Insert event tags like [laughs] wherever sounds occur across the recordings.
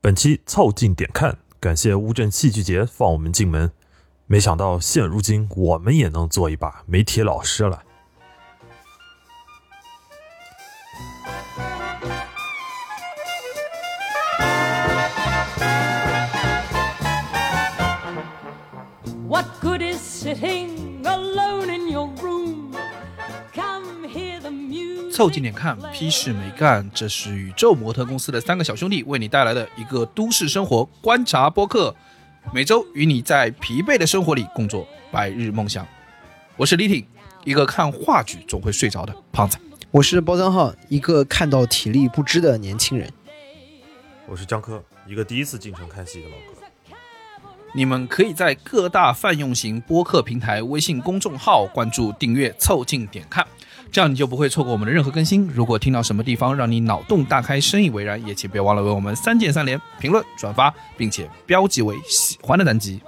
本期凑近点看，感谢乌镇戏剧节放我们进门。没想到现如今我们也能做一把媒体老师了。 What good is sitting alone in your room? Come hear the music. 凑近点看，屁事没干。这是宇宙模特公司的三个小兄弟为你带来的一个都市生活观察播客，每周与你在疲惫的生活里共作百日梦想。我是李挺，一个看话剧总会睡着的胖子。我是包三号，一个看到体力不支的年轻人。我是江科，一个第一次进城看戏的老哥。你们可以在各大泛用型播客平台、微信公众号关注、订阅、凑近点看，这样你就不会错过我们的任何更新。如果听到什么地方让你脑洞大开、深以为然，也请别忘了为我们三键三连、评论、转发，并且标记为喜欢的单集。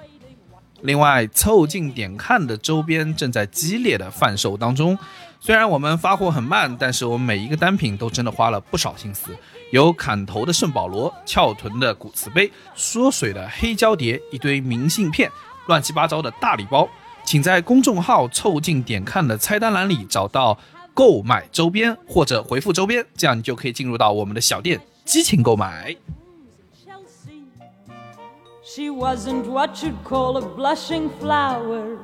另外，凑近点看的周边正在激烈的贩售当中。虽然我们发货很慢，但是我们每一个单品都真的花了不少心思，有砍头的圣保罗、翘臀的古瓷杯、缩水的黑胶碟、一堆明信片、乱七八糟的大礼包。请在公众号“凑近点看”的菜单栏里找到购买周边或者回复周边，这样你就可以进入到我们的小店激情购买。 Chelsea. She wasn't what you'd call a blushing flower.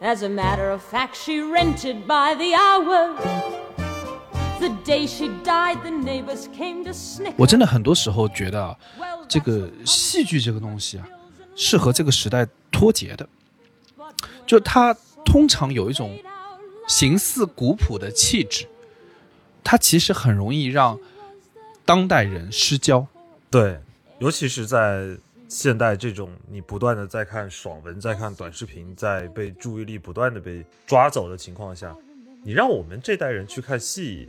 As a matter of fact, she rented by the hour. The day she died, the neighbors came to snicker. 我真的很多时候觉得啊， Well, 这个 that's 戏剧这个东西啊，是和这个时代脱节的，就它通常有一种 what our love 形似古朴的气质，它其实很容易让当代人失焦。对，尤其是在现代这种你不断的在看爽文、在看短视频、在被注意力不断的被抓走的情况下，你让我们这代人去看戏，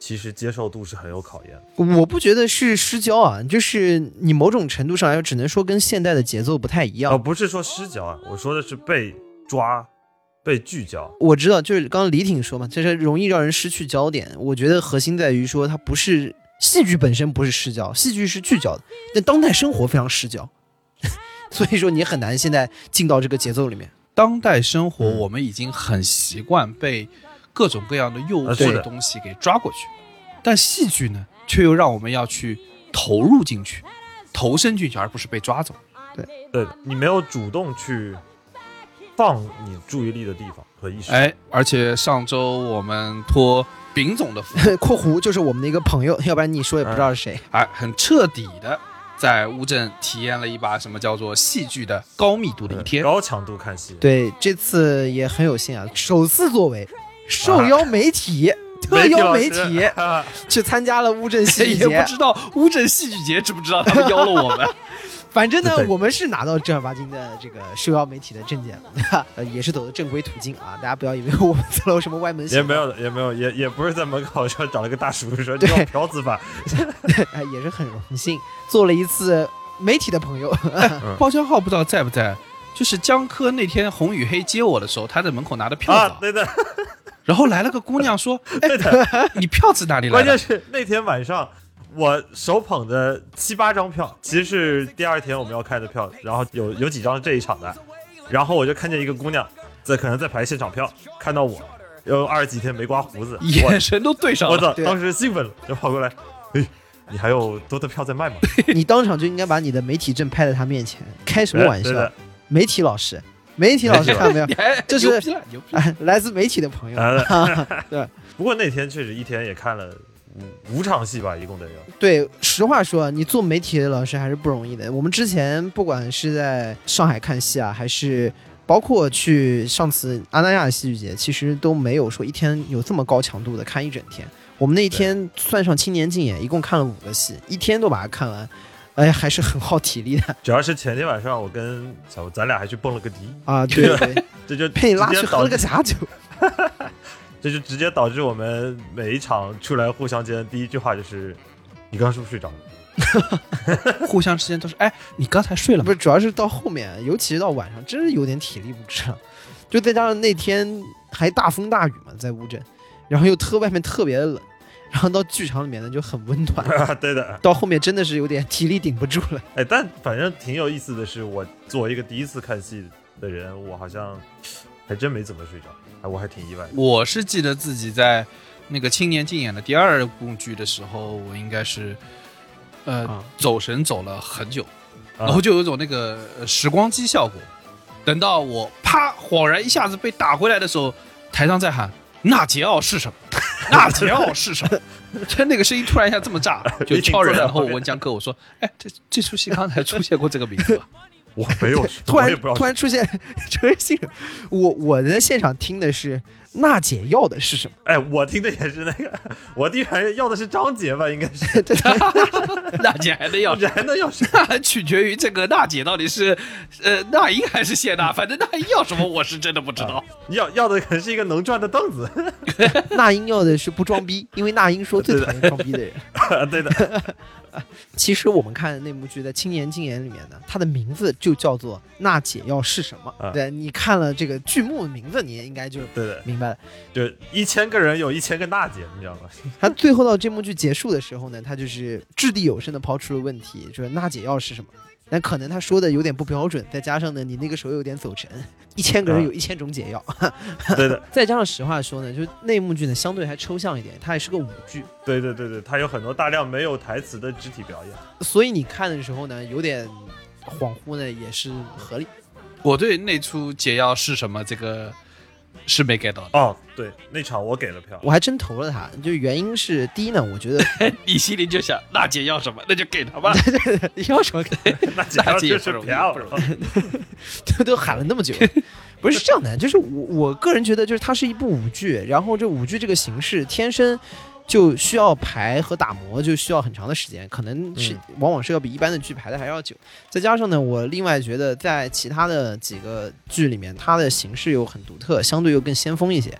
其实接受度是很有考验的。我不觉得是失焦啊，就是你某种程度上来说，只能说跟现代的节奏不太一啊，样。不是说失焦啊，我说的是被抓、被聚焦。我知道，就是刚刚李挺说嘛，就是容易让人失去焦点。我觉得核心在于说，它不是戏剧本身不是失焦，戏剧是聚焦的，但当代生活非常失焦， [laughs] 所以说你很难现在进到这个节奏里面。 [laughs] 当代生活嗯我们已经很习惯被各种各样的诱啊是惑的的东西给抓过去，但戏剧呢，却又让我们要去投入进去，投身进去，而不是被抓走。对呃你没有主动去放你注意力的地方和意识。哎，而且上周我们托丙总的福，括弧就是我们的一个朋友，要不然你说也不知道是谁。哎，很彻底的在乌镇体验了一把什么叫做戏剧的高密度临对天。嗯高强度看戏，对，这次也很有幸啊，首次作为受邀媒体、特啊媒体邀老师，媒体去参加了乌镇戏剧 [laughs] 也不节。知道乌镇戏剧节知不知道他们邀了我们。反正呢对，我们是拿到正儿八经的这个受邀媒体的证件 [laughs] 了，对吧呃也是走的正规途径啊。大家不要以为我们走了什么歪门邪 [laughs] 也道，没有，也没有，也也不是在门口说找了个大叔说你对要嫖子吧， [laughs] 哎，也是很荣幸做了一次媒体的朋友。 [laughs] 包厢号不知道在不在，就是江科那天红与黑接我的时候，他在门口拿的票子，啊，对的，然后来了个姑 [laughs] 娘说：“哎，你票子哪里来关键的是那天晚上，我手捧着七八张票，其实是第二天我们要开的票，然后有有几张是这一场的，然后我就看见一个姑娘在可能在排现场票，看到我，然后二十几天没刮胡子？”，眼神都对上我我了。操，对当时兴奋了，就跑过来，哎，你还有多的票在 [laughs] 卖吗？你当场就应该把你的媒体证拍在他面前，开什么玩笑对？的，媒体老师，媒体老媒体师看到没有你？还就是牛逼了，牛逼了！哎 [laughs] 来自媒体的朋友，啊 [laughs] 对。不过那天确实一天也看了五五场戏吧，一共得有。对，实话说，你做媒体的老师还是不容易的。我们之前不管是在上海看戏啊，还是包括去上次阿那亚戏剧节，其实都没有说一天有这么高强度的看一整天。我们那一天算上青年竞演，一共看了五个戏，一天都把它看完，哎，还是很耗体力的主要是前天晚上我跟小吴，咱俩还去蹦了个迪，啊！对对对，这就佩拉直去接喝导了个致，假酒，这就直接导致我们每一场出来互相间的第一句话就是：“你刚刚是不是睡着了互相之间都是哎，你刚才睡了啊不吗？是，主要是到后面，尤其是到晚上，真是有点体力不支了。啊就再加上那天还大风大雨嘛，在乌镇，然后又特外面特别冷，然后到剧场里面呢就很温 [laughs] 暖，对的，到后面真的是有点体力顶不住 [laughs] 了。哎，但反正挺有意思的是，我作为一个第一次看戏的人，我好像还真没怎么睡着，哎，我还挺意外的。我是记得自己在那个青年竞演的第二部剧的时候，我应该是呃、啊走神走了很久，啊然后就有一种那个呃时光机效果。等到我啪恍然一下子被打回来的时候，台上在喊“纳杰奥是什么？纳杰奥是什么？” [laughs] 就那个声音突然一下这么炸，就敲人。你已经坐在然后旁我边问江哥，我说：“哎，这这出戏刚才出现过这个名字吧？ [laughs] 我没有 [laughs] ，突我然也不知道突然出现 [laughs] 成人性，我我在现场听的是娜姐要的是什么？哎，我听的也是那个，我弟还要的是张杰吧，应该是，纳杰还 [laughs] 能要这还能要谁？那很 [laughs] 取决于这个娜姐到底是呃那英还是谢娜，反正那英要什么我是真的不知 [laughs] 道。要要的可能是一个能转的凳子。那英要的是不装逼，因为那英说最讨厌装逼的人。对的，其实我们看那部剧在《青年竞演》里面呢，它的名字就叫做《娜姐要是什么》啊对，你看了这个剧目名字，你也应该就对的，明白了。就一千个人有一千个娜姐，你知道吗？他最后到这幕剧结束的时候呢，他就是掷地有声的抛出了问题，就是娜姐要是什么？但可能他说的有点不标准，再加上呢，你那个时候有点走神， [laughs] 一千个人啊有一千种解药， [laughs] 对的，再加上实话说呢，就是那幕剧呢相对还抽象一点，它也是个舞剧，对对对对，他有很多大量没有台词的肢体表演。所以你看的时候呢有点恍惚呢也是合理。我对那出解药是什么这个是没 get 到的，哦，对，那场我给了票。我还真投了他，就原因是第一呢，我 [laughs] 觉得你心里就想娜姐要什么那就给她吧。要什么那姐要就不是容易票不容， [laughs] 都都喊了那么久了。不是是这样的，就是我我个人觉得，就是它是一部舞剧，然后这舞剧这个形式天生就需要排和打磨，就需要很长的时间，可能是、嗯往往是要比一般的剧排的还要久。再加上呢，我另外觉得在其他的几个剧里面，它的形式又很独特，相对又更先锋一些。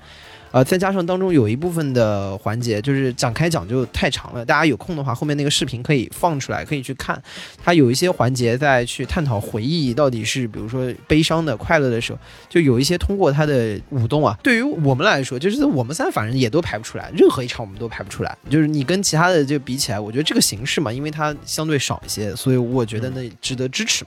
呃，再加上当中有一部分的环节就是展开讲就太长了，大家有空的话，后面那个视频可以放出来，可以去看。它有一些环节在去探讨回忆到底是，比如说悲伤的、快乐的时候，就有一些通过它的舞动啊，对于我们来说，就是我们三反正也都排不出来，任何一场我们都排不出来。就是你跟其他的就比起来，我觉得这个形式嘛，因为它相对少一些，所以我觉得那值得支持，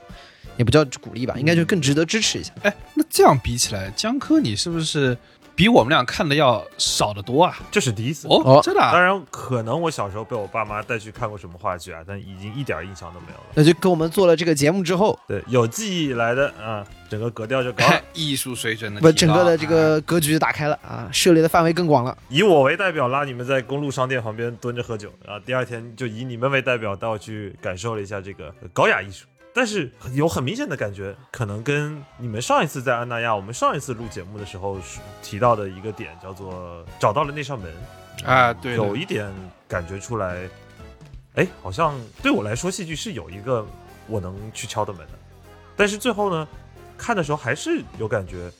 也不叫鼓励吧，应该就更值得支持一下。 [laughs] 那这样比起来，江科你是不是比我们俩看的要少得多啊？这是第一次。哦哦，真的、啊当。然，可能我小时候被我爸妈带去看过什么话剧啊，但已经一点印象都没有了。那就跟我们做了这个节目之后，对，有记忆以来的啊，整个格调就 [laughs] 高了。艺术水准的不，提高整个的这个格局打开了啊，涉猎的范围更广了。以我为代表拉你们在公路商店旁边蹲着喝酒，然后第二天就以你们为代表带我去感受了一下这个高雅艺术。但是有很明显的感觉，可能跟你们上一次在安那亚，我们上一次录节目的时候提到的一个点叫做找到了那扇门，啊，对的有一点感觉出来，哎，好像对我来说戏剧是有一个我能去敲的门的，但是最后呢，看的时候还是有感觉，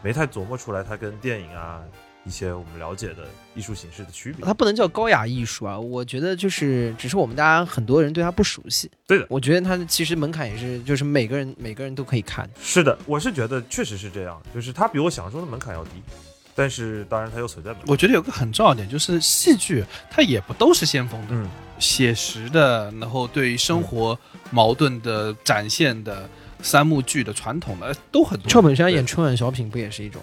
没太琢磨出来它跟电影啊一些我们了解的艺术形式的区别它。不能叫高雅艺术啊，我觉得就是只是我们大家很多人对它不熟悉。对的我觉得它其实门槛也是，就是每个人每个人都可以看。是的，我是觉得确实是这样，就是它比我想象中的门槛要低，但是当然它又存在门槛。我觉得有个很重要的点就是戏剧，它也不都是先锋的，嗯写实的，然后对于嗯生活矛盾的展现的三幕剧的传统的都很赵多。本山演春晚小品不也是一种？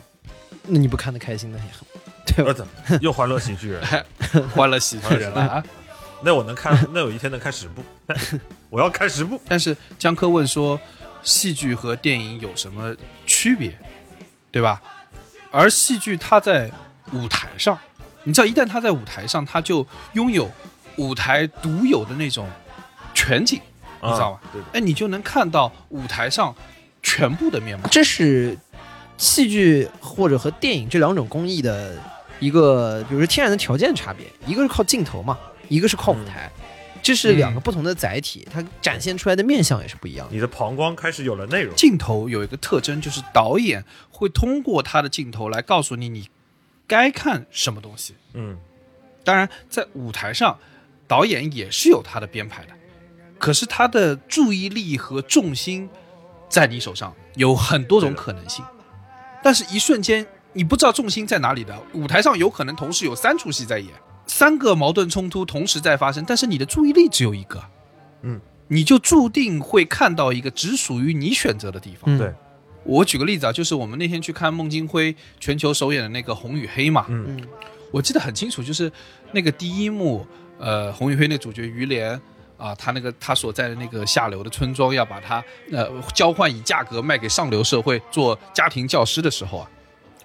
那你不看得开心的也很，对呃，吧？怎么 [laughs] 又欢乐喜 [laughs] 剧人？欢乐喜剧人了 [laughs] 啊！那我能看，那有一天能看十 [laughs] 部，我要看十部。但是江科问说，戏剧和电影有什么区别，对吧？而戏剧它在舞台上，你知道，一旦它在舞台上，它就拥有舞台独有的那种全景，你知道吧啊？对的，哎，你就能看到舞台上全部的面貌。这是戏剧或者和电影这两种工艺的一个，比如说天然的条件差别，一个是靠镜头嘛，一个是嗯靠舞台，这是两个不同的载体，它展现出来的面相也是不一样的。你的膀胱开始有了内容。镜头有一个特征，就是导演会通过他的镜头来告诉你你该看什么东西。嗯。当然，在舞台上，导演也是有他的编排的，可是他的注意力和重心在你手上，有很多种可能性。但是，一瞬间你不知道重心在哪里的，舞台上有可能同时有三出戏在演，三个矛盾冲突同时在发生，但是你的注意力只有一个，嗯，你就注定会看到一个只属于你选择的地方。嗯对，我举个例子啊，就是我们那天去看孟京辉全球首演的那个《红与黑》嘛，嗯嗯我记得很清楚，就是那个第一幕，呃，红与黑那主角于连啊、他那个他所在的那个下流的村庄要把他呃交换以价格卖给上流社会做家庭教师的时候啊，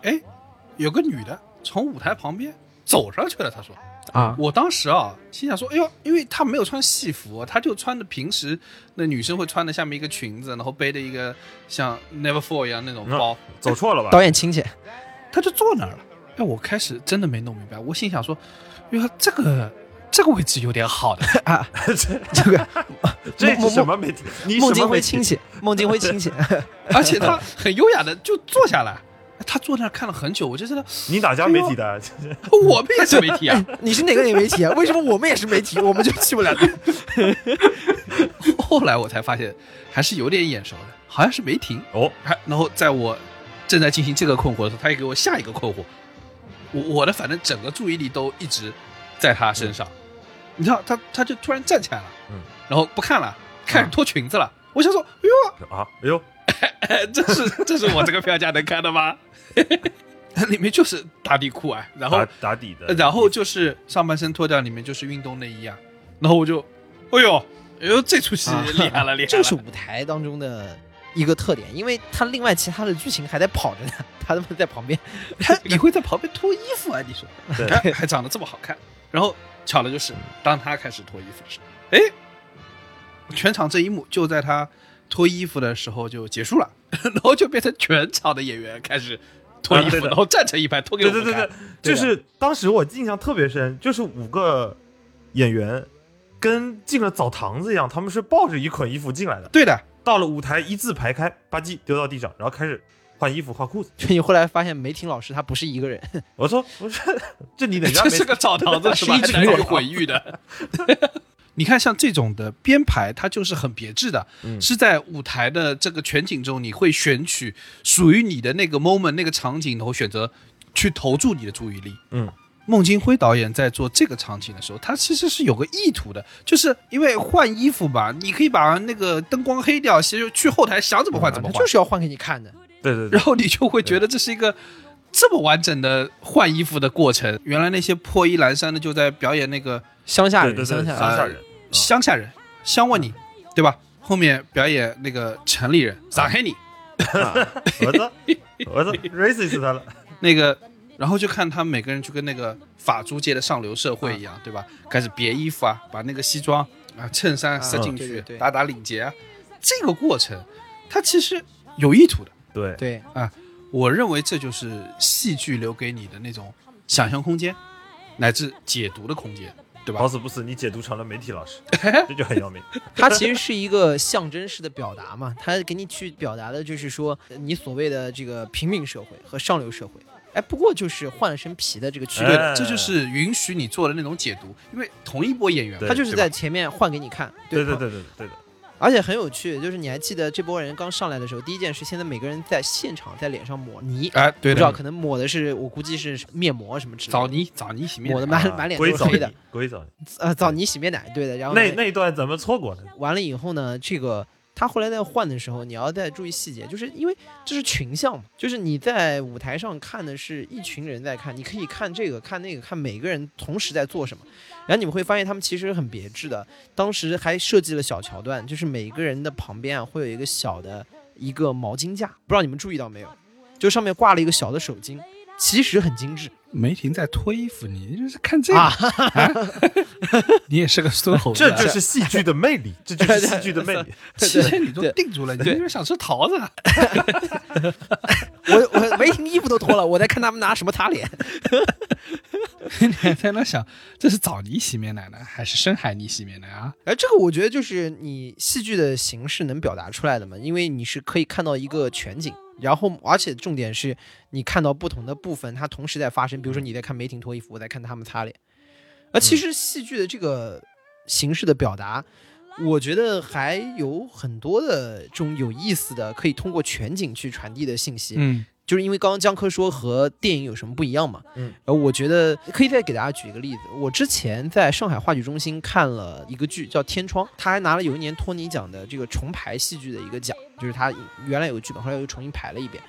哎，有个女的从舞台旁边走上去了，她说。啊，我当时啊，心想说，哎呦，因为她没有穿戏服，她就穿的平时那女生会穿的下面一个裙子，然后背着一个像 Neverfull 一样那种那包，走错了吧？导演亲切，他就坐那儿了。哎，我开始真的没弄明白，我心想说，哟，这个这个位置有点好的，这个 [laughs] 这孟是什么媒体？你孟什京么媒辉体亲戚，孟京辉亲戚，而且他很优雅的就坐下来。哎他坐那儿看了很久，我就真的，你哪家媒体的？ [laughs] 我们也是媒体 [laughs] 啊。你是哪个媒体啊？为什么我们也是媒体，我们就去不了？后来我才发现，还是有点眼熟的，好像是梅婷。哦，还然后在我正在进行这个困惑的时候，他也给我下一个困惑。我我的反正整个注意力都一直在他身上，你知道，他他就突然站起来了，嗯，然后不看了，开始脱裙子了。我想说，哎呦，啊，哎呦，哎， [laughs] 这是这是我这个票价能看的吗？它 [laughs] 里面就是打底裤啊，然后打打底的，然后就是上半身脱掉，里面就是运动内衣啊，然后我就，哎呦，哎呦，这出戏啊厉害了，厉害了！这是舞台当中的一个特点，因为他另外其他的剧情还在跑着呢，他们在旁边。他 [laughs] 你会在旁边脱衣服啊？你说，对哎还长得这么好看。然后巧了就是，当他开始脱衣服的时候，哎，全场这一幕就在他脱衣服的时候就结束了， [laughs] 然后就变成全场的演员开始脱衣啊对服，的然后站成一排脱给我对对们对对看，，就对的是当时我印象特别深，就是五个演员跟进了澡堂子一样，他们是抱着一捆衣服进来的，对的。到了舞台一字排开，吧唧丢到地上，然后开始换衣服换裤子。就你后来发现梅婷老师她不是一个人，我说我说这 [laughs] 你哪家媒这是体？个澡堂 [laughs] 子，是吧？是一群还难以人毁誉的。 [laughs] 你看，像这种的编排，它就是很别致的，嗯是在舞台的这个全景中，你会选取属于你的那个 moment、那个场景，然后选择去投注你的注意力。嗯，孟京辉导演在做这个场景的时候，他其实是有个意图的，就是因为换衣服吧，你可以把那个灯光黑掉，其实去后台想怎么换怎么她换，就是要换给你看的。对对对然，后你就会觉得这是一个这么完整的换衣服的过程。原来那些破衣烂衫的就在表演那个乡下对人，对对，乡乡下人，啊下人，乡下人、乡问你，嗯对吧？后面表演那个城里人上海你我操我 [laughs] 操，racist 他了，那个，然后就看他们每个人去跟那个法租界的上流社嗯会一样，对吧？开始别衣服啊，把那个西装啊、衬衫塞进对对去对，打打领结啊，这个过程它其实有意图的。对对，我认为这就是戏剧留给你的那种想象空间，乃至解读的空间，对好吧？死不死你解读成了媒体 [laughs] 老师，这就很要命。它其实是一个象征式的表达嘛，它给你去表达的就是说呃你所谓的这个平民社会和上流社会，哎，不过就是换了身皮的这个区别，哎这就是允许你做的那种解读，因为同一波演员嘛，对它就是对吧在前面换给你看， [laughs] 对对吧对对对的，而且很有趣，就是你还记得这波人刚上来的时候，第一件事，现在每个人在现场在脸上抹泥，哎，对的不知道可能抹的是我估计是面膜什么之类枣的，泥枣泥洗面抹的奶，满啊满脸硅都是藻泥黑的，，硅藻泥。呃，枣泥洗面奶，对的。然后那呢那一段咱们错过了，完了以后呢，这个他后来在换的时候，你要再注意细节，就是因为这是群像嘛，就是你在舞台上看的是一群人在看，你可以看这个看那个，看每个人同时在做什么，然后你们会发现他们其实很别致的。当时还设计了小桥段，就是每个人的旁边啊会有一个小的一个毛巾架，不知道你们注意到没有，就上面挂了一个小的手巾，其实很精致梅婷在脱衣服，你就是看这啊个，， [laughs] 你也是个孙猴子 [laughs] 这 [laughs] 啊，就是戏剧的魅 [laughs] 力，这就是戏剧的魅力。七天你都对定住了，你对就是想吃桃 [laughs] 子啊，我我 [laughs] 梅婷衣服都脱了，我在看他们拿什么擦脸。你还在那想这是枣泥洗面奶呢，还是深海泥洗面奶啊？哎，这个我觉得就是你戏剧的形式能表达出来的嘛，因为你是可以看到一个全景，然后而且重点是你看到不同的部分，它同时在发生。比如说你在看梅婷脱衣服，我在看他们擦脸。而其实戏剧的这个形式的表达，我觉得还有很多的这种有意思的，可以通过全景去传递的信息。嗯，就是因为刚刚江科说和电影有什么不一样嘛，嗯，然后我觉得可以再给大家举一个例子，我之前在上海话剧中心看了一个剧叫《天窗》，他还拿了有一年托尼奖的这个重排戏剧的一个奖，就是他原来有个剧本，后来又重新排了一遍，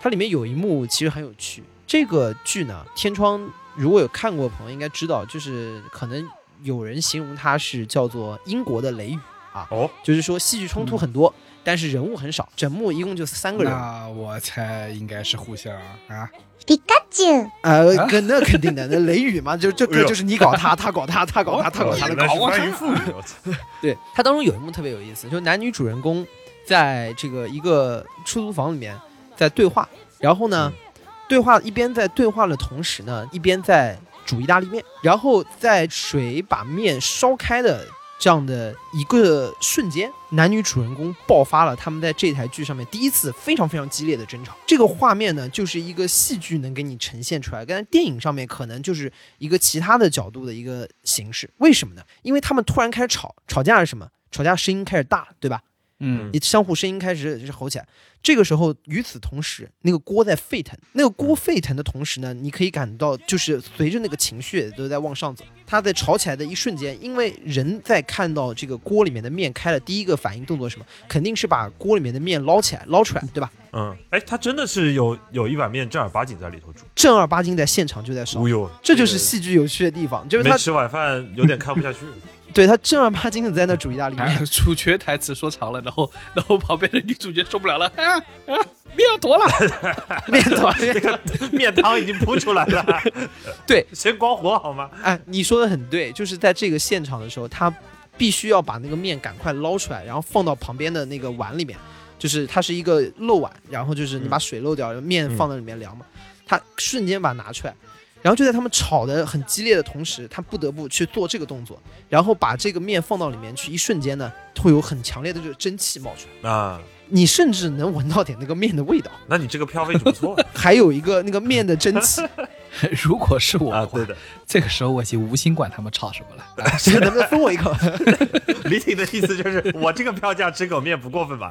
它里面有一幕其实很有趣，这个剧呢，《天窗》如果有看过的朋友应该知道，就是可能有人形容它是叫做英国的雷雨。啊哦，就是说戏剧冲突很多，但是人物很少，整幕一共就三个人。那我猜应该是互相啊， Pikachu, 呃啊，跟那肯定的，那雷雨嘛，就就哎这呦哦就是你搞他，他搞他，他搞他，他搞他原的来搞是我。翻译妇女，我操对，他当中有一幕特别有意思，就是男女主人公在这个一个出租房里面在对话，然后呢，对话一边在对话的同时呢，一边在煮意大利面，然后在水把面烧开的这样的一个瞬间，男女主人公爆发了他们在这台剧上面第一次非常非常激烈的争吵。这个画面呢，就是一个戏剧能给你呈现出来，但是电影上面可能就是一个其他的角度的一个形式。为什么呢？因为他们突然开始吵，吵架是什么？吵架声音开始大，对吧？嗯嗯，你相互声音开始是吼起来。这个时候，与此同时，那个锅在沸腾，那个锅沸腾的同时呢，你可以感到就是随着那个情绪都在往上走。它在吵起来的一瞬间，因为人在看到这个锅里面的面开了，第一个反应动作是什么？肯定是把锅里面的面捞起来，捞出来，对吧？嗯，哎，他真的是有有一碗面正儿八经在里头煮，正儿八经在现场就在烧哎。呦，这就是戏剧有趣的地方，就是没他吃晚饭有点看不下 [laughs] 去，对他正儿八经的在那煮意大利面，啊主角台词说长了，然后 [laughs] 然后旁边的女主角受不了了，啊啊，面要坨了， [laughs] 面团面那个面汤已经扑出来了， [laughs] 对，先关火好吗？哎，你说的很对，就是在这个现场的时候，他必须要把那个面赶快捞出来，然后放到旁边的那个碗里面，就是它是一个漏碗，然后就是你把水漏掉，面放在里面凉嘛，他瞬间把它拿出来。然后就在他们吵得很激烈的同时，他不得不去做这个动作，然后把这个面放到里面去，一瞬间呢，会有很强烈的这个蒸汽冒出来，啊，你甚至能闻到点那个面的味道，那你这个票位置不 [laughs] 错还有一个那个面的蒸汽， [laughs] [laughs] 如果是我啊，的话，对的，这个时候我已经无心管他们吵什么了。是能不能分我一口？李挺的意思就是我这个票价吃口面不过分吧？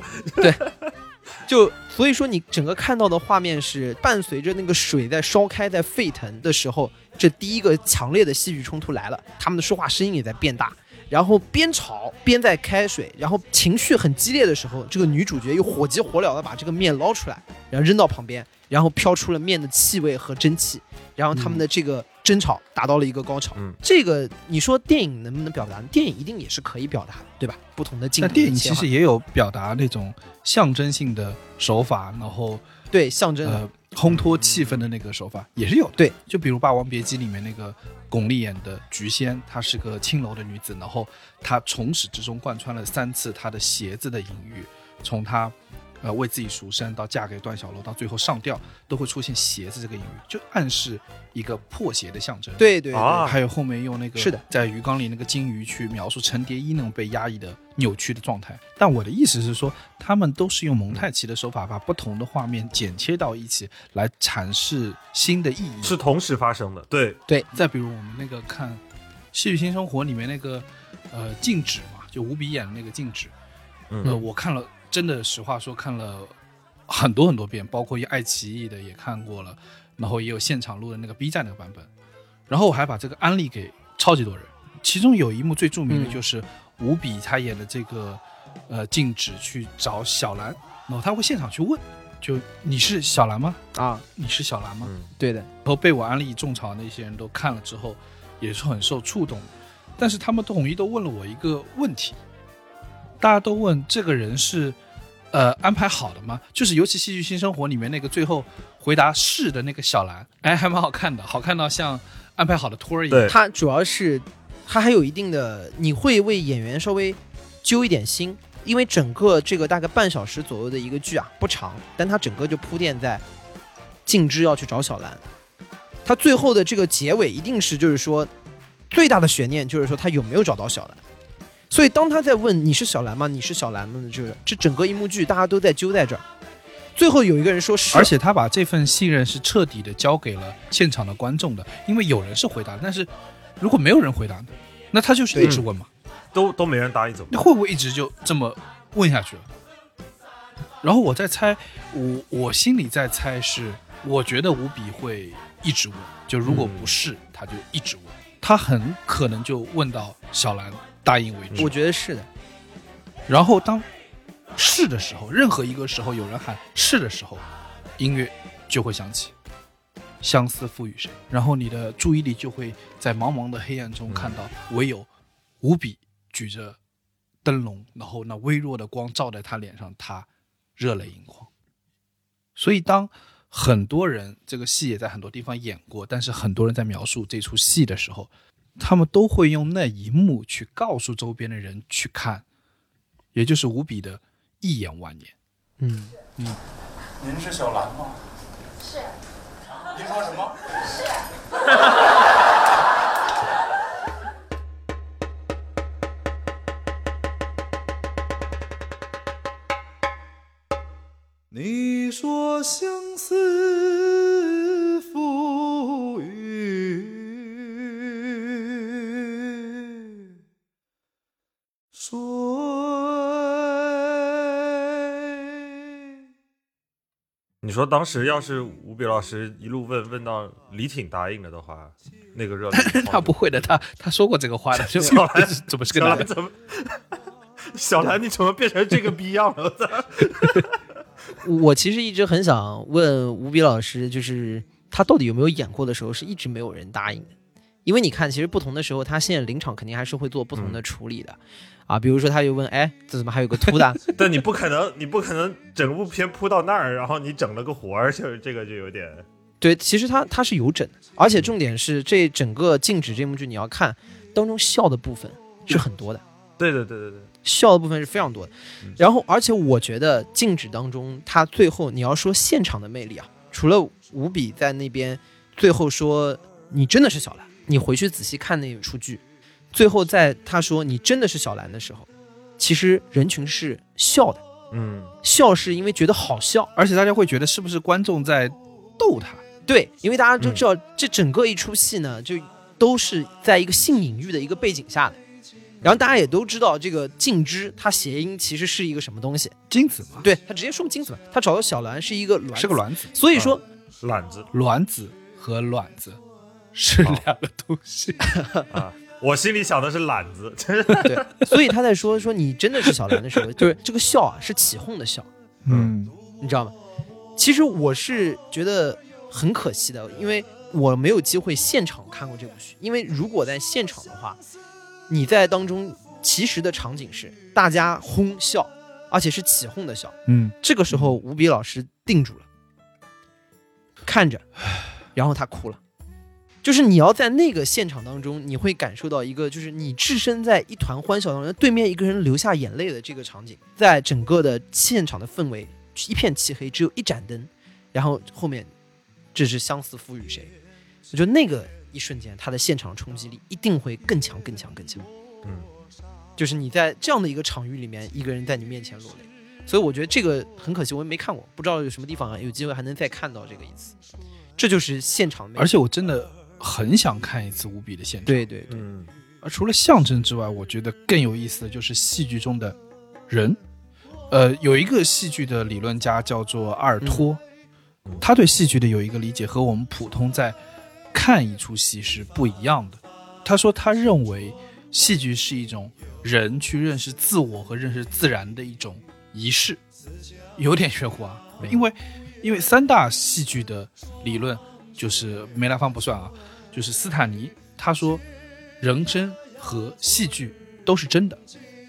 就所以说，你整个看到的画面是伴随着那个水在烧开、在沸腾的时候，这第一个强烈的戏剧冲突来了，他们的说话声音也在变大，然后边吵边在开水，然后情绪很激烈的时候，这个女主角又火急火燎的把这个面捞出来，然后扔到旁边，然后飘出了面的气味和蒸汽，然后他们的这个争吵达到了一个高潮。嗯这个你说电影能不能表达？电影一定也是可以表达的，对吧？不同的镜那头的电影切嗯其换实也有表达那种象征性的手法，然后对象征的。呃烘托气氛的那个手法也是有的。对，就比如《霸王别姬》里面那个巩俐演的菊仙，她是个青楼的女子，然后她从始至终贯穿了三次她的鞋子的隐喻，从她呃为自己赎身到嫁给段小楼，到最后上吊，都会出现鞋子这个隐喻，就暗示一个破鞋的象征。对对对，啊还有后面用那个是的在鱼缸里那个金鱼去描述陈蝶衣那种被压抑的扭曲的状态。但我的意思是说，他们都是用蒙太奇的手法，把不同的画面剪切到一起来阐释新的意义。是同时发生的，对，再比如我们那个看《戏剧新生活》里面那个呃静止嘛，就吴比演的那个静止，呃，嗯我看了，真的实话说看了很多很多遍，包括一爱奇艺的也看过了，然后也有现场录的那个 B 站那个版本，然后我还把这个安利给超级多人。其中有一幕最著名的嗯就是吴比他演的这个呃静止去找小兰，然后他会现场去问，就你是小兰吗？啊，你是小兰吗？嗯，对的。然后被我安利种草那些人都看了之后，也是很受触动的。但是他们统一都问了我一个问题，大家都问这个人是呃安排好的吗？就是尤其《戏剧新生活》里面那个最后回答是的那个小兰，哎，还蛮好看的，好看到像安排好的托儿一样。对，它主要是它还有一定的，你会为演员稍微揪一点心，因为整个这个大概半小时左右的一个剧啊，不长，但它整个就铺垫在静之要去找小兰，它最后的这个结尾一定是就是说最大的悬念就是说他有没有找到小兰。所以当他在问你是小兰吗？你是小兰吗？就是这整个一幕剧大家都在揪在这儿，最后有一个人说是，而且他把这份信任是彻底的交给了现场的观众的，因为有人是回答，但是如果没有人回答呢，那他就是一直问嘛，都都没人答你怎么那会不会一直就这么问下去了？然后我在猜，我我心里在猜是，我觉得五比会一直问，就如果不是，他就一直问，他很可能就问到小兰答应为止。我觉得是的，然后当是的时候，任何一个时候有人喊是的时候，音乐就会响起，相思赋予谁？然后你的注意力就会在茫茫的黑暗中看到，唯有五比举着灯笼，然后那微弱的光照在他脸上，他热泪盈眶。所以当很多人这个戏也在很多地方演过，但是很多人在描述这出戏的时候，他们都会用那一幕去告诉周边的人去看，也就是无比的一眼万年。嗯，您是小兰吗？是。您说什么？你说相思赋予谁？你说当时要是吴比老师一路问问到李挺答应了的话，那个 [laughs] 热他不会的，他他说过这个话的，就小兰怎么是个小男兰的？怎么？小兰，你怎么变成这个逼样了？ [laughs] 我其实一直很想问吴比老师，就是他到底有没有演过的时候是一直没有人答应的？因为你看，其实不同的时候，他现在临场肯定还是会做不同的处理的，啊，比如说他就问，哎，这怎么还有个图的？但你不可能，你不可能整部片扑到那儿，然后你整了个活儿，就是这个就有点 [laughs] 对，其实他他是有整的，而且重点是这整个静止这幕剧，你要看当中笑的部分是很多的，对对对对对，笑的部分是非常多的。然后，而且我觉得静止当中，他最后你要说现场的魅力啊，除了吴比在那边最后说你真的是小兰，你回去仔细看那出剧，最后在他说你真的是小兰的时候，其实人群是笑的，嗯，笑是因为觉得好笑。而且大家会觉得是不是观众在逗他？对，因为大家都知道，这整个一出戏呢，就都是在一个性隐喻的一个背景下的。然后大家也都知道，这个静之它谐音其实是一个什么东西？精子嘛，对他直接说金子嘛，他找到小兰是一个卵，是个。卵子，啊所以说，懒子卵子和卵子是两个东西。啊，我心里想的是懒子， [laughs] 真是对， [laughs] 所以他在说说你真的是小兰的时候，对这个笑啊是起哄的笑， [laughs] 嗯，你知道吗？其实我是觉得很可惜的，因为我没有机会现场看过这部剧。因为如果在现场的话，你在当中其实的场景是大家哄笑，而且是起哄的笑。嗯，这个时候，吴比老师定住了，看着，然后他哭了。就是你要在那个现场当中，你会感受到一个，就是你置身在一团欢笑当中，对面一个人流下眼泪的这个场景，在整个的现场的氛围一片漆黑，只有一盏灯，然后后面这是相思赋予谁？我觉得那个一瞬间，他的现场冲击力一定会更强、更强、更强。嗯，就是你在这样的一个场域里面，一个人在你面前落泪，所以我觉得这个很可惜，我也没看过，不知道有什么地方啊有机会还能再看到这个一次。这就是现场的魅力，而且我真的很想看一次无比的现场。，对对对，嗯而除了象征之外，我觉得更有意思的就是戏剧中的人。呃，有一个戏剧的理论家叫做阿尔托，他对戏剧的有一个理解和我们普通在看一出戏是不一样的。他说，他认为戏剧是一种人去认识自我和认识自然的一种仪式，有点玄乎啊。因为，因为三大戏剧的理论就是梅兰芳不算啊，就是斯坦尼他说，人生和戏剧都是真的。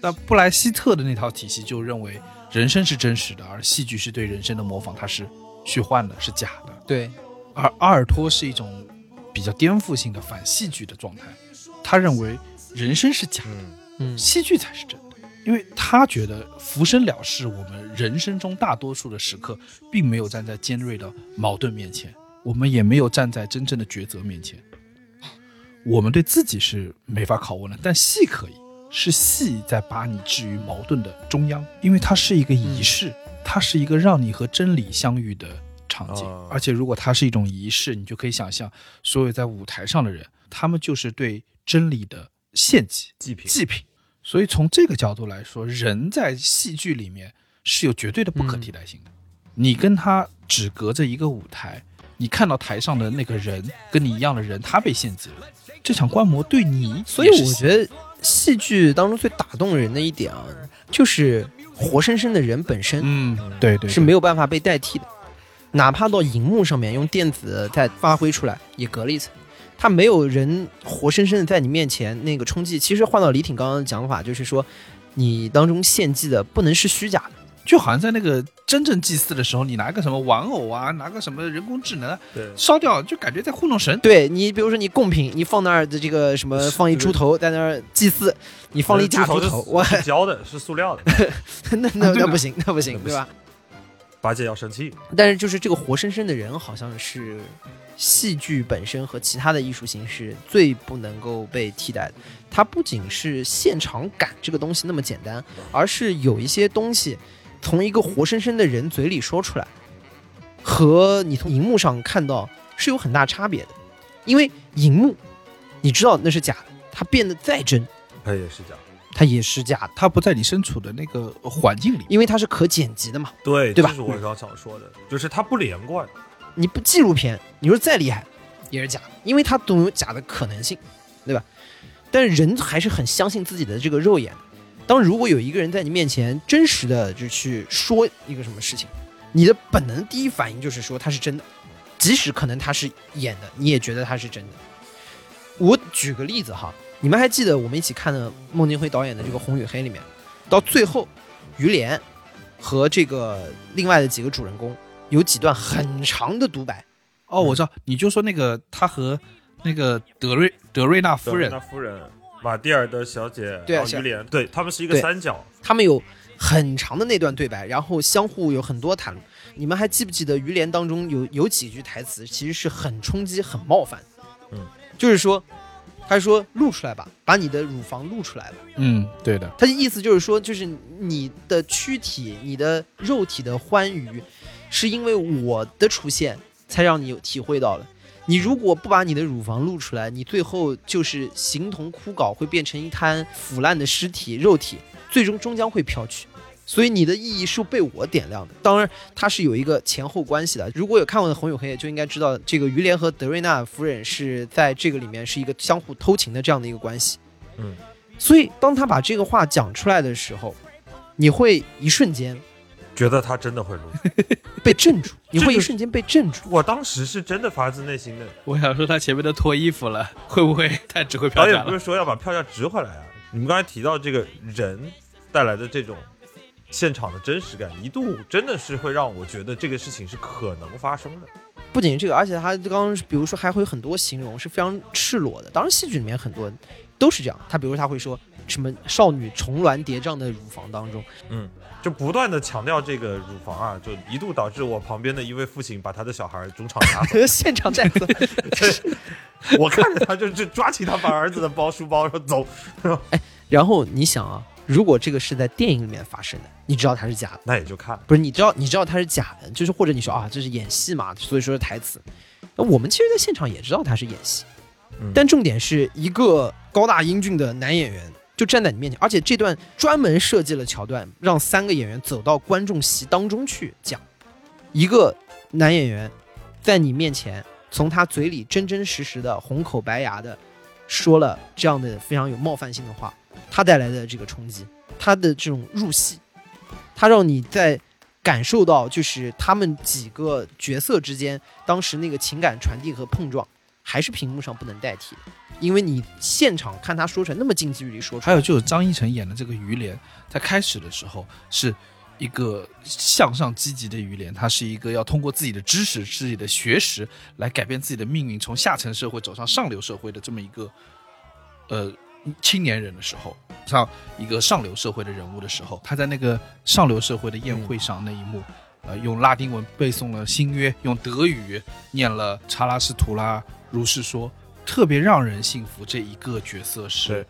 那布莱希特的那套体系就认为人生是真实的，而戏剧是对人生的模仿，它是虚幻的，是假的。对，而阿尔托是一种比较颠覆性的反戏剧的状态，他认为人生是假的，嗯戏剧才是真的，因为他觉得浮生了事，我们人生中大多数的时刻，并没有站在尖锐的矛盾面前，我们也没有站在真正的抉择面前，我们对自己是没法拷问的，但戏可以，是戏在把你置于矛盾的中央，因为它是一个仪式，它是一个让你和真理相遇的场景，哦而且如果它是一种仪式，你就可以想象，所有在舞台上的人，他们就是对真理的献祭。祭品，祭品。所以从这个角度来说，人在戏剧里面是有绝对的不可替代性的。你跟他只隔着一个舞台，你看到台上的那个人跟你一样的人，他被限制了。这场观摩对你，所以我觉得戏剧当中最打动人的一点啊，就是活生生的人本身，嗯，对对是没有办法被代替的。哪怕到荧幕上面用电子再发挥出来，也隔了一层。它没有人活生生的在你面前那个冲击。其实换到李挺刚刚的讲法，就是说，你当中献祭的不能是虚假的，就好像在那个真正祭祀的时候，你拿个什么玩偶啊，拿个什么人工智能啊对烧掉，就感觉在糊弄神。对你，比如说你贡品，你放那儿的这个什么，放一猪头在那儿祭祀，你放了一假头猪是头，哇， [laughs] 是胶的，是塑料的，那那那不行，那不行， [laughs] 对吧？八戒要生气。但是就是这个活生生的人，好像是戏剧本身和其他的艺术形式最不能够被替代的。它不仅是现场感这个东西那么简单，而是有一些东西从一个活生生的人嘴里说出来，和你从荧幕上看到是有很大差别的。因为荧幕，你知道那是假的，它变得再真，他也是假的，它也是假的，他不在你身处的那个环境里，因为它是可剪辑的嘛。对，对吧这是我刚想说的，就是它不连贯。你不纪录片，你说再厉害也是假的，因为它总有假的可能性，对吧？但是人还是很相信自己的这个肉眼。当如果有一个人在你面前真实的就去说一个什么事情，你的本能第一反应就是说他是真的，即使可能他是演的，你也觉得他是真的。我举个例子哈，你们还记得我们一起看的孟京辉导演的这个《红与黑》里面，到最后，于连和这个另外的几个主人公有几段很长的独白，哦，我知道，你就说那个他和那个德瑞德瑞纳夫人那，夫人，马蒂尔的小姐，对啊然后是于连，对他们是一个对三角，他们有很长的那段对白，然后相互有很多谈论。你们还记不记得《于连》当中有有几句台词其实是很冲击、很冒犯的？嗯，就是说，他说露出来吧，把你的乳房露出来吧。嗯，对的，他的意思就是说，就是你的躯体、你的肉体的欢愉，是因为我的出现才让你有体会到了。你如果不把你的乳房露出来，你最后就是形同枯槁，会变成一滩腐烂的尸体、肉体，最终终将会飘去。所以你的意义是被我点亮的。当然，它是有一个前后关系的。如果有看过的《红与黑》，就应该知道这个于连和德瑞纳夫人是在这个里面是一个相互偷情的这样的一个关系。所以当他把这个话讲出来的时候，你会一瞬间觉得他真的会录。被镇住，你这会就一是瞬间被镇住。我当时是真的发自内心的。我想说他前面都脱衣服了，会不会太只会导票价演不是了？说要把票价值回来啊？你们刚才提到这个人带来的这种现场的真实感，一度真的是会让我觉得这个事情是可能发生的。不仅是这个，而且他刚刚比如说还会有很多形容是非常赤裸的。当然，戏剧里面很多都是这样。他比如说他会说什么少女重峦叠嶂的乳房 [laughs] 当中，嗯，就不断的强调这个乳房啊，就一度导致我旁边的一位父亲把他的小孩中场拿走。现场带走。 [laughs] [laughs] 我看着他就是抓起他把儿子的包书包说走，然后你想啊，如果这个是在电影里面发生的，你知道它是假的。那也就看了。不是你知道你知道它是假的，就是或者你说啊这是演戏嘛，所以说是台词。那我们其实，在现场也知道他是演戏，嗯但重点是一个高大英俊的男演员就站在你面前，而且这段专门设计了桥段，让三个演员走到观众席当中去讲。一个男演员在你面前，从他嘴里真真实实的红口白牙的说了这样的非常有冒犯性的话，他带来的这个冲击，他的这种入戏，他让你在感受到就是他们几个角色之间当时那个情感传递和碰撞，还是屏幕上不能代替的，因为你现场看他说出来那么近距离说出 [laughs] 还来，有就是张一晨演的这个于连，在开始的时候是一个向上积极的于连，他是一个要通过自己的知识、自己的学识来改变自己的命运，从下层社会走上上流社会的这么一个呃青年人的时候，上一个上流社会的人物的时候，他在那个上流社会的宴会上那一幕。嗯呃，用拉丁文背诵了《新约》，用德语念了《查拉斯图拉如是说》，特别让人信服。这一个角色是对，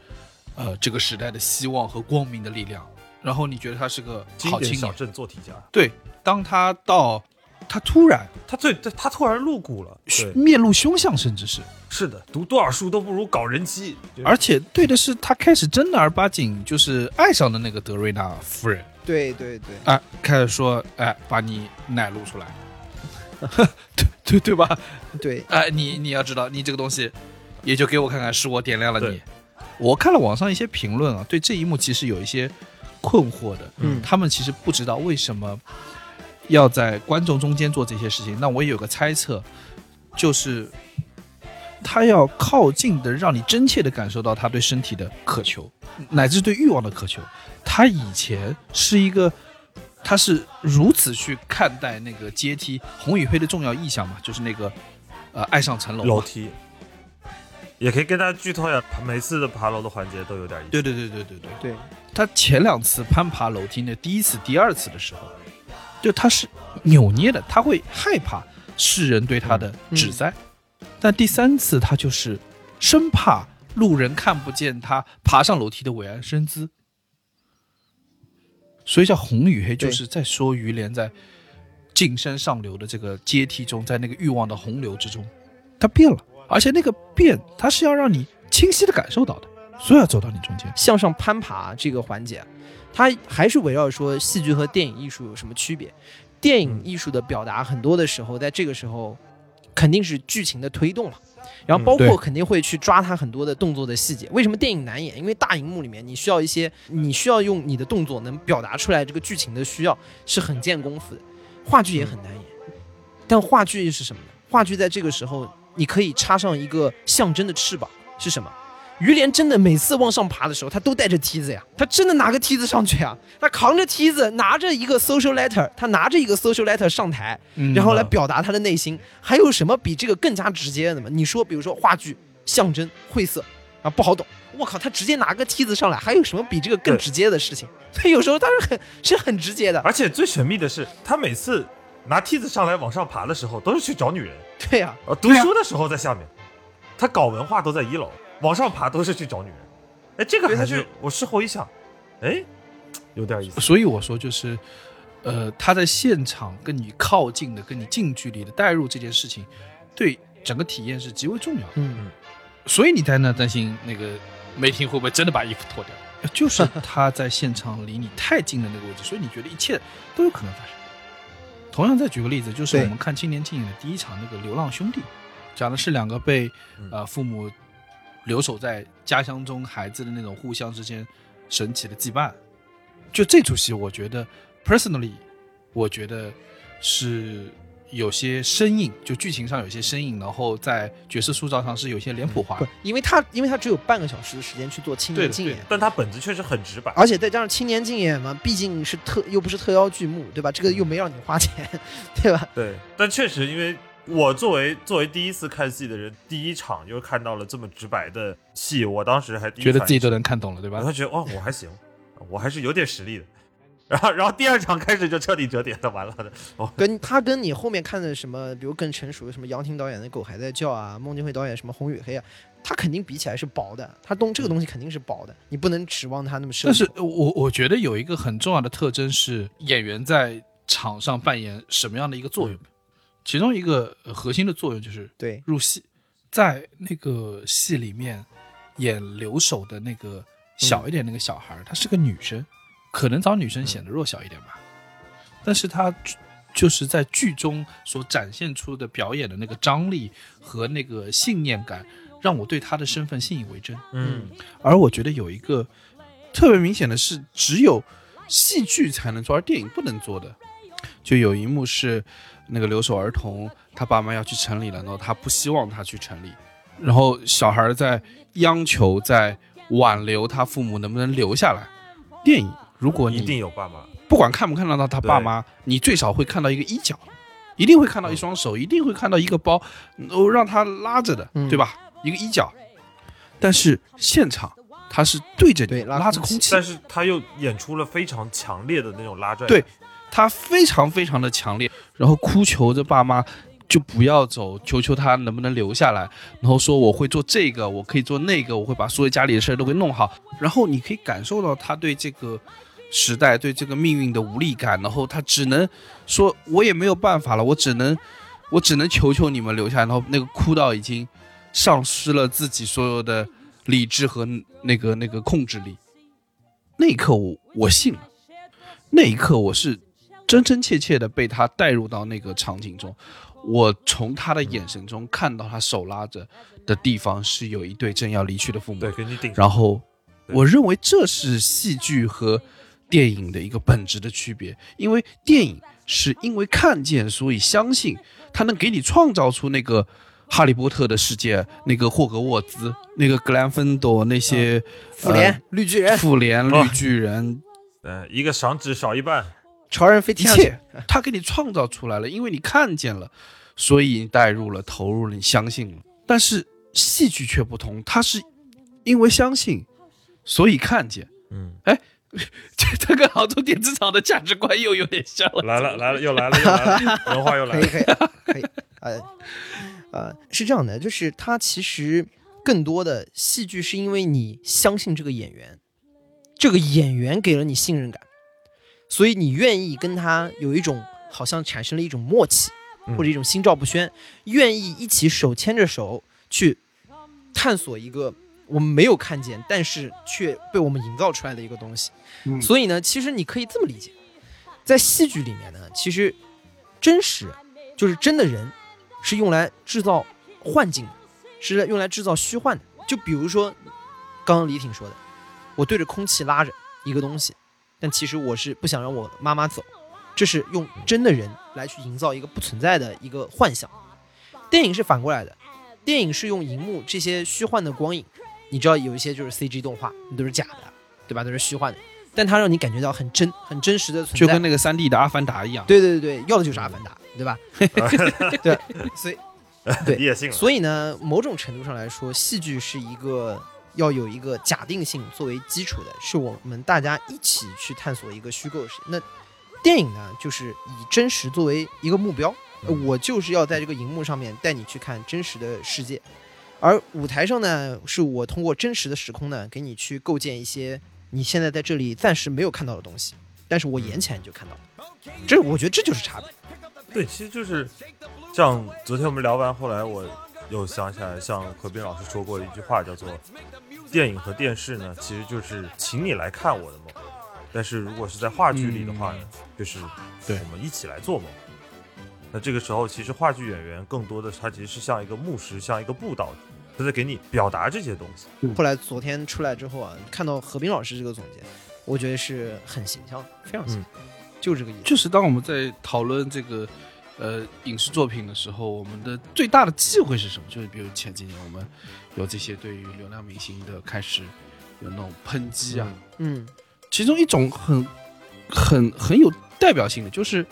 呃，这个时代的希望和光明的力量。然后你觉得他是个经好典青小年，镇做题家，对。当他到他突然他最他他突然露骨了，对，面露凶相，甚至是，是的，读多少书都不如搞人妻，就是而且对的是，他开始真的儿八经就是爱上了那个德瑞娜夫人，对对对，哎、开始说，哎、把你奶露出来， [laughs] 对对对吧？对，哎、你你要知道，你这个东西，也就给我看看，是我点亮了你对。我看了网上一些评论啊，对这一幕其实有一些困惑的，嗯他们其实不知道为什么要在观众中间做这些事情。那我也有个猜测，就是他要靠近的，让你真切的感受到他对身体的渴求，乃至对欲望的渴求。他以前是一个，他是如此去看待那个阶梯红与黑的重要意象嘛，就是那个呃爱上层楼嘛楼梯。也可以跟大家剧透一下，每次的爬楼的环节都有点意思。对对对对对对，对，他前两次攀爬楼梯呢，第一次、第二次的时候，就他是扭捏的，他会害怕世人对他嗯的指摘，但第三次他就是生怕路人看不见他爬上楼梯的伟岸身姿，所以叫红与黑，对就是在说于连在晋升上流的这个阶梯中，在那个欲望的洪流之中，他变了，而且那个变，他是要让你清晰的感受到的，所以要走到你中间。向上攀爬这个环节，它还是围绕说戏剧和电影艺术有什么区别。电嗯影艺术的表达很多的时候，在这个时候肯定是剧情的推动了，然后包嗯对括肯定会去抓它很多的动作的细节。为什么电影难演？因为大荧幕里面你需要一些，你需要用你的动作能表达出来这个剧情的需要，是很见功夫的。话剧也嗯很难演，但话剧是什么呢？话剧在这个时候，你可以插上一个象征的翅膀，是什么？于连真的每次往上爬的时候，他都带着梯子呀，他真的拿个梯子上去呀，他扛着梯子，拿着一个 social letter，他拿着一个 social letter 上台，嗯然后来表达他的内心。还有什么比这个更加直接的吗？你说，比如说话剧象征晦涩啊，不好懂。我靠，他直接拿个梯子上来，还有什么比这个更对直接的事情？ [laughs] 所以有时候他是很是很直接的，而且最神秘的是，他每次拿梯子上来往上爬的时候，都是去找女人；对呀、呃，读书的时候在下面，他搞文化都在一楼，往上爬都是去找女人。哎，这个对他还就是我事后一想，哎，有点意思。所以我说就是，呃，他在现场跟你靠近的、跟你近距离的带入这件事情，对整个体验是极为重要的。嗯，所以你在那担心那个梅婷会不会真的把衣服脱 [laughs] 掉？就是他在现场离你太近的那个位置，所以你觉得一切都有可能发生。同样，再举个例子，就是对我们看《青年竞演》的第一场那个《流浪兄弟》，讲的是两个被呃父母留守在家乡中孩子的那种互相之间神奇的羁绊。就这出戏，我觉得 personally，我觉得是有些生硬，就剧情上有些生硬，然后在角色塑造上是有些脸谱化不的。，因为他因为他只有半个小时的时间去做青对年的竞对演，但他本子确实很直白，而且再加上青年竞演嘛，毕竟是特又不是特邀剧目，对吧？这个又没让你花钱，对吧？对，但确实，因为我作为作为第一次看戏的人，第一场就看到了这么直白的戏，我当时还第一觉得反自己应都能看懂了，对我吧？就觉得哇，哦我还行，我还是有点实力的。 [laughs] 然后，然后第二场开始就彻底折叠了，完了的。跟他跟你后面看的什么，比如更成熟的什么杨婷导演的《狗还在叫》啊，孟京辉导演什么《红与黑》啊，他肯定比起来是薄的，他东这个东西肯定是薄的，你不能指望他那么深。但是呃我我觉得有一个很重要的特征是演员在场上扮演什么样的一个作用，其中一个呃核心的作用就是对入戏，在那个戏里面演留守的那个小一点那个小孩儿，她是个女生，可能找女生显得弱小一点吧，但是她就是在剧中所展现出的表演的那个张力和那个信念感，让我对她的身份信以为真。嗯，而我觉得有一个特别明显的是，只有戏剧才能做，而电影不能做的。就有一幕是那个留守儿童，他爸妈要去城里了，然后他不希望他去城里，然后小孩在央求，在挽留他父母能不能留下来。电影，如果你一定有爸妈。不管看不看得到他爸妈，你最少会看到一个衣角，一定会看到一双手，一定会看到一个包，哦，让他拉着的，嗯对吧？一个衣角。但是现场他是对着你对拉拉着空空气但，是他又演出了非常强烈的那种拉拽。对，他非常非常的强烈，然后哭求着爸妈就不要走，求求他能不能留下来，然后说我会做这个，我可以做那个，我会把所有家里的事儿都给弄好。然后你可以感受到他对这个时代对这个命运的无力感，然后他只能说，我也没有办法了，我只能，我只能求求你们留下。然后那个哭到已经丧失了自己所有的理智和那个那个控制力。那一刻我我信了，那一刻我是真真切切的被他带入到那个场景中。我从他的眼神中看到他手拉着的地方是有一对正要离去的父母对，，给你顶上。然后对我认为这是戏剧和电影的一个本质的区别，因为电影是因为看见所以相信，它能给你创造出那个哈利波特的世界，那个霍格沃兹，那个格兰芬多那些复联、绿巨呃人、复联、绿巨人，嗯，一个响指少一半，超人飞一天上去切它给你创造出来了，因为你看见了，所以你带入了、投入了、你相信了。但是戏剧却不同，它是因为相信，所以看见。嗯，这这跟杭州电子厂的价值观又有点像了。来了来了又来了又来了，文化又来可以了，可以可以，呃呃，是这样的，就是它其实更多的戏剧是因为你相信这个演员，这个演员给了你信任感，所以你愿意跟他有一种好像产生了一种默契，嗯或者一种心照不宣，愿意一起手牵着手去探索一个。我们没有看见，但是却被我们营造出来的一个东西。嗯所以呢，其实你可以这么理解，在戏剧里面呢，其实真实就是真的人，是用来制造幻境的，是用来制造虚幻的。就比如说，刚刚李挺说的，我对着空气拉着一个东西，但其实我是不想让我妈妈走，这是用真的人来去营造一个不存在的一个幻想。电影是反过来的，电影是用荧幕这些虚幻的光影，你知道有一些就是 CG 动画，那都是假的，对吧？都是虚幻的，但它让你感觉到很真、很真实的存在，就跟那个三 D 的《阿凡达》一样，对对对对，要的就是阿凡达，[laughs] 对吧？ [laughs] 对，所以 [laughs] 对你也信了。所以呢，某种程度上来说，戏剧是一个要有一个假定性作为基础的，是我们大家一起去探索一个虚构的世界。那电影呢，就是以真实作为一个目标，呃嗯我就是要在这个荧幕上面带你去看真实的世界，而舞台上呢，是我通过真实的时空呢，给你去构建一些你现在在这里暂时没有看到的东西，但是我眼前你就看到了，嗯这我觉得这就是差别。对，其实就是像昨天我们聊完，后来我又想起来，像何冰老师说过的一句话，叫做“电影和电视呢，其实就是请你来看我的梦”，但是如果是在话剧里的话呢，就是对我们一起来做梦。那这个时候，其实话剧演员更多的他其实是像一个牧师，像一个布道，他在给你表达这些东西。后来昨天出来之后啊，看到何冰老师这个总结，我觉得是很形象的，非常形象，就这个意思。就是当我们在讨论这个呃影视作品的时候，我们的最大的忌讳是什么？就是比如前几年我们有这些对于流量明星的开始有那种抨击啊，嗯，其中一种很很很有代表性的就是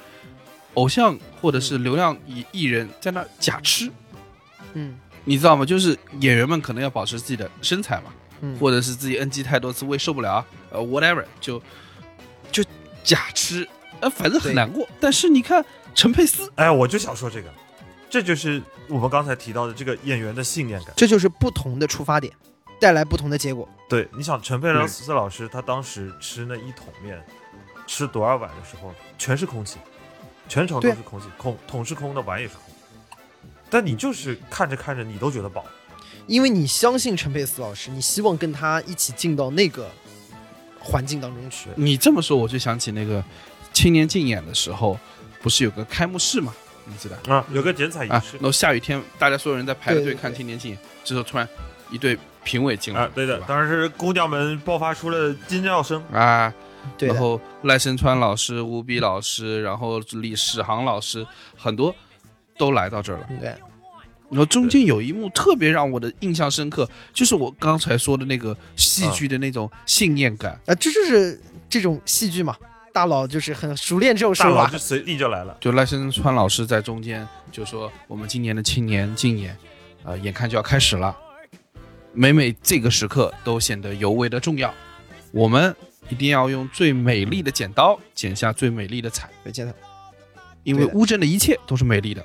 偶像或者是流量艺艺人在那假吃，嗯你知道吗？就是演员们可能要保持自己的身材嘛。嗯，或者是自己 NG 太多次胃受不了，呃，whatever，就就假吃，呃，反正很对难过。但是你看陈佩斯，哎，我就想说这个，这就是我们刚才提到的这个演员的信念感。这就是不同的出发点，带来不同的结果。对，你想陈佩嗯斯老师，他当时吃那一桶面，吃多少碗的时候，全是空气，全程都对啊是空气，空桶是空的，碗也是空。但嗯你就是看着看着，你都觉得饱。因为你相信陈佩斯老师，你希望跟他一起进到那个环境当中去。你这么说，我就想起那个青年竞演的时候，不是有个开幕式嘛？你知道啊，有个剪彩仪啊？式然后下雨天，大家所有人在排着对队对看对青年竞演，这时候突然一对评委进来，啊，对的，吧当时姑娘们爆发出了尖叫声。啊，对然的，后赖声川老师、吴比老师，然后李史航老师，很多都来到这儿了。对，啊然后中间有一幕特别让我的印象深刻，就是我刚才说的那个戏剧的那种信念感，啊，这就是这种戏剧嘛。大佬就是很熟练这种大手佬法就，随地就来了，就赖声川老师在中间就说：“我们今年的青年竞演，呃，眼看就要开始了，每每这个时刻都显得尤为的重要，我们一定要用最美丽的剪刀剪下最美丽的彩，对，见他，因为对的乌镇的一切都是美丽的。”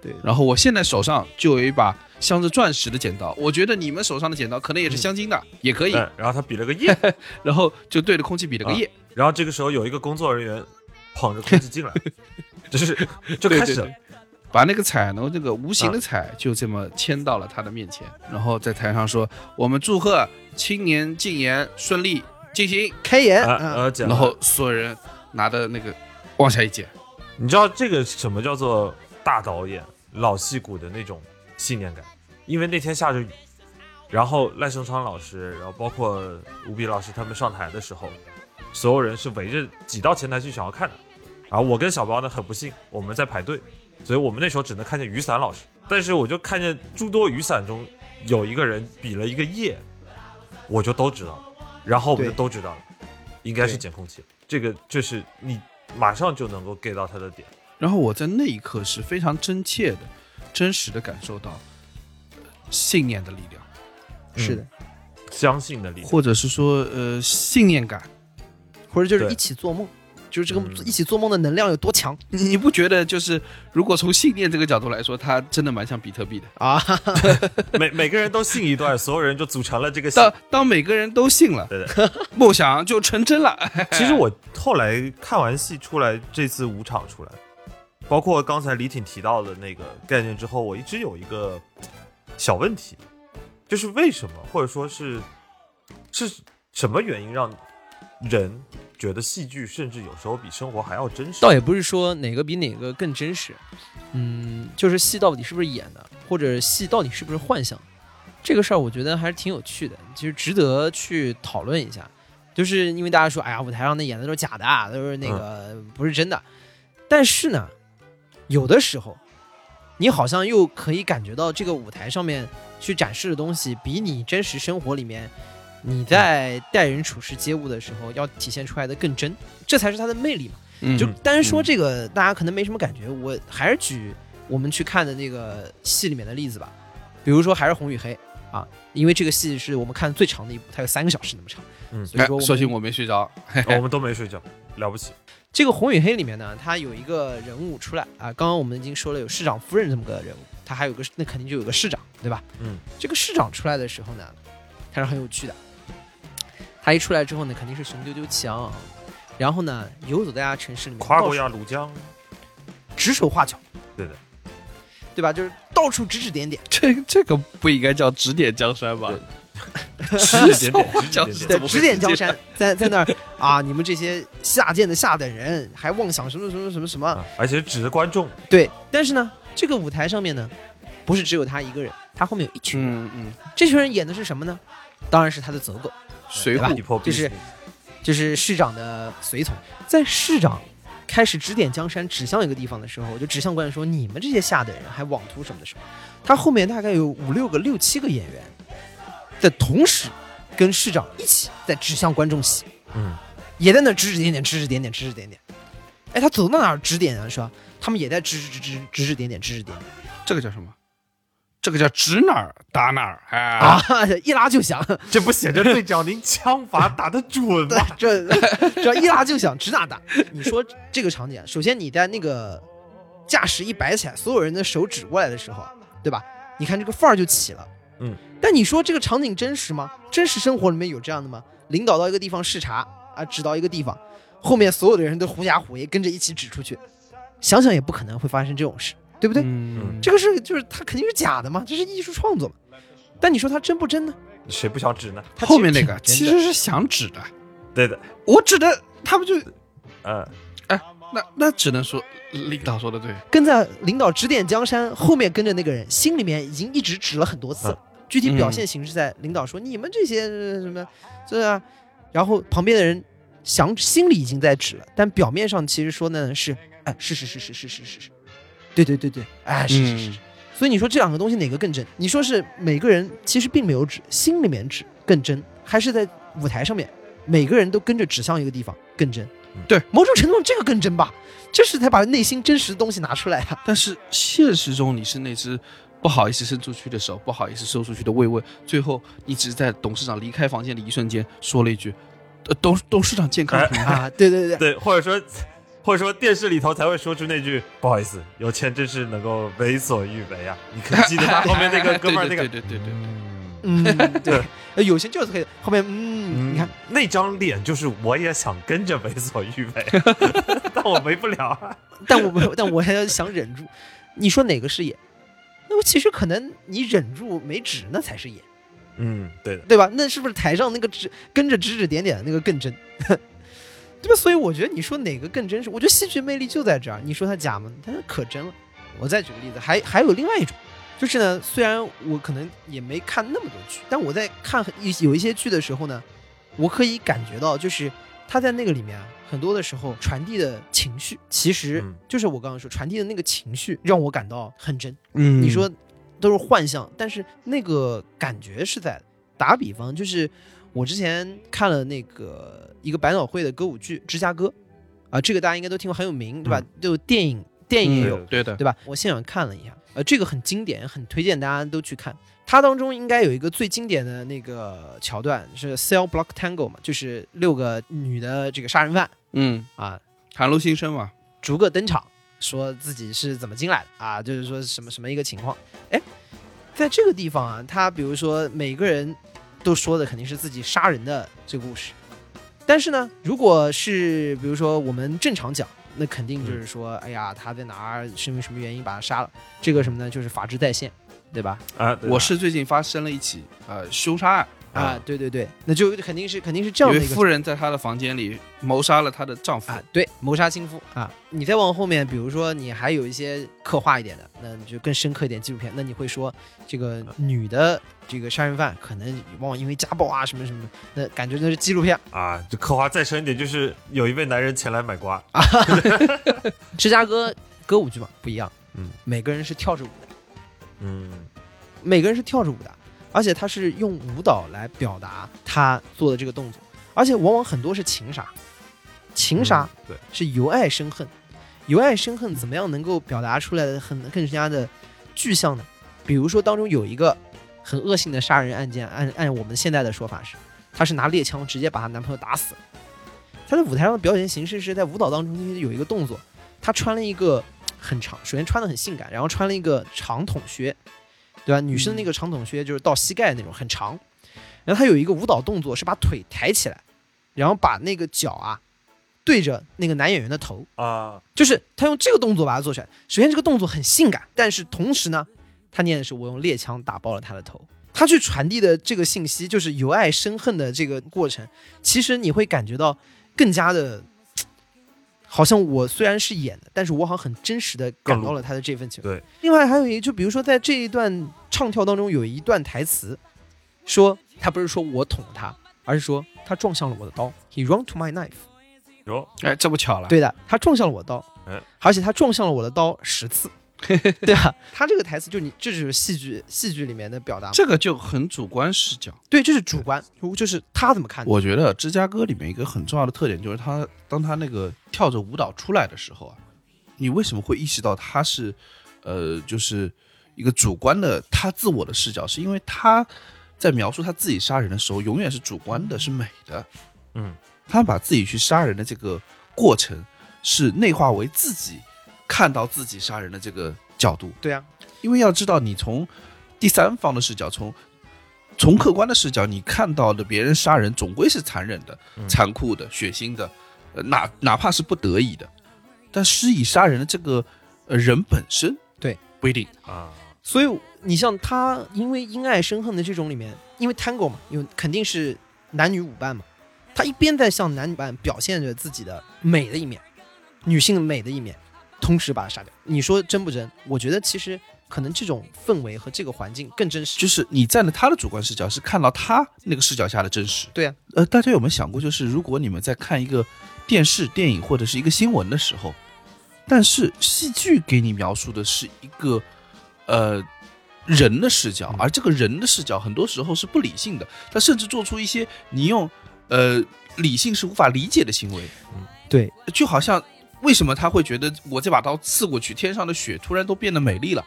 对嗯的，然后我现在手上就有一把镶着钻石的剪刀，我觉得你们嗯哎手上的剪刀可能也是镶金的，也可以。 [laughs] 嗯，然后他比了个耶，然后就对着空气比了个啊耶，然后这个时候有一个工作人员捧着空气 [laughs] 进来，就是就开始了对对把那个彩呢，这个无形的彩就这么牵到了他的面前，然后在台上说：“我们祝贺青年禁言顺利进行。开言啊啊，呃，讲嗯然后所有人拿的那个往下一剪，你知道这个什么叫做大导演老戏骨的那种信念感？因为那天下着雨，然后赖声川老师，然后包括吴比老师他们上台的时候，所有人是围着挤到前台去想要看的。然后我跟小包呢很不幸，我们在排队，所以我们那时候只能看见雨伞老师。但是我就看见诸多雨伞中有一个人比了一个耶，我就都知道了，然后我们就对都知道了，应该是对剪空气。这个就是你马上就能够 get 到他的点。然后我在那一刻是非常真切的、真实的感受到呃信念的力量，嗯是的，相信的力量。或者是说呃信念感。或者就是对一起做梦，就是这个嗯一起做梦的能量有多强你你不觉得就是如果从信念这个角度来说，它真的蛮像比特币的？啊？ [laughs] 每每个人都信一段，所有人就组成了这个信。当当每个人都信了，对梦想就成真了。哎其实我后来看完戏出来，这次五场出来，包括刚才李挺提到的那个概念之后，我一直有一个小问题，就是为什么，或者说是是什么原因让人觉得戏剧甚至有时候比生活还要真实？倒也不是说哪个比哪个更真实，嗯，就是戏到底是不是演的，或者戏到底是不是幻想，这个事儿我觉得还是挺有趣的，其实值得去讨论一下。就是因为大家说，哎呀，舞台上那演的都是假的，啊，都是那个不是真的。但是呢，有的时候，你好像又可以感觉到这个舞台上面去展示的东西，比你真实生活里面你在待人处事接物的时候要体现出来的更真，这才是它的魅力嘛。嗯就单说这个，大家可能没什么感觉。我还是举我们去看的那个戏里面的例子吧，比如说还是《红与黑》啊，因为这个戏是我们看最长的一部，它有三个小时那么长。嗯所以哎说，我所们幸我没睡着。哦我们都没睡觉，了不起。这个《红与黑》里面呢，它有一个人物出来啊，刚刚我们已经说了有市长夫人这么个人物，他还有个那肯定就有个市长，对吧？嗯，这个市长出来的时候呢，他是很有趣的。他一出来之后呢，肯定是雄赳赳气昂昂，然后呢，游走在大城市里面，跨到过处鸭绿江，指手画脚，对的，对吧？就是到处指指点点，这这个不应该叫指点江山吧？指指点点，指讲指怎点 [laughs] 对，点。么会指点江是山， [laughs] 在在那儿啊，你们这些下贱的下等人，还妄想什么什么什么什么？啊而且指着观众，对，但是呢，这个舞台上面呢，不是只有他一个人，他后面有一群人，嗯嗯，这群人演的是什么呢？当然是他的走狗，随吧扈你破壁啊就是就是市长的随从。在市长开始指点江山，指向一个地方的时候，我就指向观众说：“你们这些下等人，还妄图什么的时候，他后面大概有五六个、六七个演员的同时，跟市长一起在指向观众席。嗯，也在那指指点点，指指点点，指指点点。哎，他走到哪儿指点啊，是吧？他们也在指指指指指指点点，指指点点这个叫什么？这个叫指哪儿打哪儿，哎、啊，一拉就响，这不显着队长您枪法打得准对吗？，这 [laughs] 这一拉就响，指哪打。你说这个场景啊，首先你在那个架势一摆起来，所有人的手指过来的时候，对吧？你看这个范儿就起了，嗯。但你说这个场景真实吗？真实生活里面有这样的吗？领导到一个地方视察啊，指导一个地方，后面所有的人都狐假虎威，跟着一起指出去，想想也不可能会发生这种事，对不对？嗯，这个是就是它肯定是假的嘛，这是艺术创作嘛。但你说它真不真呢？谁不想指呢？它后面那个其其实挺真的实是想指的，对的，我指的他们就嗯，那那只能说领导说的对，跟在领导指点江山，后面跟着那个人，心里面已经一直指了很多次了。具体表现形式在领导说、你们这些呃什么，这啊，然后旁边的人想心里已经在指了，但表面上其实说呢是哎是是是是是是是是，对对对对，哎是是是。嗯所以你说这两个东西哪个更真？你说是每个人其实并没有指，心里面指更真，还是在舞台上面每个人都跟着指向一个地方更真？对，某种程度上这个更真吧，这是才把内心真实的东西拿出来啊。但是现实中你是那只不好意思伸出去的手，不好意思收出去的慰问，最后你只是在董事长离开房间的一瞬间说了一句：“呃，董董事长健康。 [laughs] 啊，对对对，对，或者说，或者说电视里头才会说出那句“不好意思，有钱真是能够 [laughs] 为所欲为啊”。你可记得他后面那个哥们儿那个嗯 [laughs] 对对对对对对，嗯，对，呃有些就是黑的，后面嗯，你看那张脸，就是我也想跟着为所欲 [laughs] 为，但我为不了。啊 [laughs] 但我没有，但我还想忍住。你说哪个是演？那我其实可能你忍住没指，那才是演，嗯，对的，对吧？那是不是台上那个指跟着指指点点的那个更真， [laughs] 对吧？所以我觉得你说哪个更真实？我觉得戏剧魅力就在这儿。你说它假吗？它可真了。我再举个例子，还还有另外一种，就是呢，虽然我可能也没看那么多剧，但我在看很有有一些剧的时候呢，我可以感觉到，就是他在那个里面啊，很多的时候传递的情绪，其实嗯就是我刚刚说传递的那个情绪，让我感到很真。嗯你说都是幻象，但是那个感觉是在的。打比方，就是我之前看了那个一个百老汇的歌舞剧《芝加哥》，啊，这个大家应该都听过，很有名，对吧？就电影电影也有，嗯嗯对的，对吧？我现场看了一下，呃，这个很经典，很推荐大家都去看。它当中应该有一个最经典的那个桥段是 Cell Block Tango 嘛，就是六个女的这个杀人犯嗯，啊，袒露心声嘛，逐个登场，说自己是怎么进来的啊，就是说什么什么一个情况。哎，在这个地方啊，他比如说每个人都说的肯定是自己杀人的这个故事，但是呢，如果是比如说我们正常讲，那肯定就是说，哎呀，他在哪儿，是因为什么原因把他杀了，这个什么呢，就是法治在线，对吧？啊，对的我市最近发生了一起呃凶杀案，啊，对对对，那就肯定是肯定是这有位样的一个夫人在她的房间里谋杀了她的丈夫啊，，对，谋杀亲夫啊。你再往后面，比如说你还有一些刻画一点的，那你就更深刻一点纪录片，那你会说这啊个女的这个杀人犯可能往往因为家暴啊什么什么，那感觉那是纪录片。啊，就刻画再深一点，就是有一位男人前来买瓜，啊芝 [laughs] 加哥歌舞剧嘛不一样，嗯，每个人是跳着舞的，嗯每个人是跳着舞的，而且他是用舞蹈来表达他做的这个动作，而且往往很多是情杀，情杀。嗯对，是由爱生恨。由爱生恨怎么样能够表达出来的很更加的具象呢？比如说当中有一个很恶性的杀人案件，按按我们现在的说法是，她是拿猎枪直接把她男朋友打死了。她在舞台上的表演形式是在舞蹈当中有一个动作，她穿了一个很长，首先穿的很性感，然后穿了一个长筒靴，对吧？女生那个长筒靴就是到膝盖那种，很长。然后她有一个舞蹈动作是把腿抬起来，然后把那个脚啊对着那个男演员的头，啊，就是他用这个动作把它做出来。首先，这个动作很性感，但是同时呢，他念的是我用猎枪打爆了他的头。他去传递的这个信息，就是由爱生恨的这个过程。其实你会感觉到更加的，好像我虽然是演的，但是我好像很真实的感到了他的这份情对，另外还有一，就比如说在这一段唱跳当中，有一段台词，说他不是说我捅了他，而是说他撞向了我的刀，He run to my knife。哟，哎，这不巧了，对的，他撞向了我的刀嗯，而且他撞向了我的刀十次，对吧？他这个台词就你，这就是戏剧戏剧里面的表达嘛，这个就很主观视角。对，这是主观，就是他怎么看的。我觉得芝加哥里面一个很重要的特点就是他，当他那个跳着舞蹈出来的时候啊，你为什么会意识到他是，呃，就是一个主观的他自我的视角，是因为他在描述他自己杀人的时候，永远是主观的，是美的，嗯，他把自己去杀人的这个过程是内化为自己看到自己杀人的这个角度，对啊，因为要知道，你从第三方的视角，从从客观的视角，你看到的别人杀人，总归是残忍的、残酷的、血腥的，呃，哪哪怕是不得已的，但施以杀人的这个呃人本身，对，不一定。啊，所以你像他，因为因爱生恨的这种里面，因为 tango 嘛，因为肯定是男女舞伴嘛，他一边在向男女伴表现着自己的美的一面，女性美的一面，同时把他杀掉。你说真不真？我觉得其实可能这种氛围和这个环境更真实。就是你站在他的主观视角，是看到他那个视角下的真实。对啊，呃，大家有没有想过，就是如果你们在看一个电视、电影或者是一个新闻的时候，但是戏剧给你描述的是一个呃人的视嗯角，而这个人的视角很多时候是不理性的，他甚至做出一些你用呃理性是无法理解的行为。对，就好像为什么他会觉得我这把刀刺过去，天上的雪突然都变得美丽了，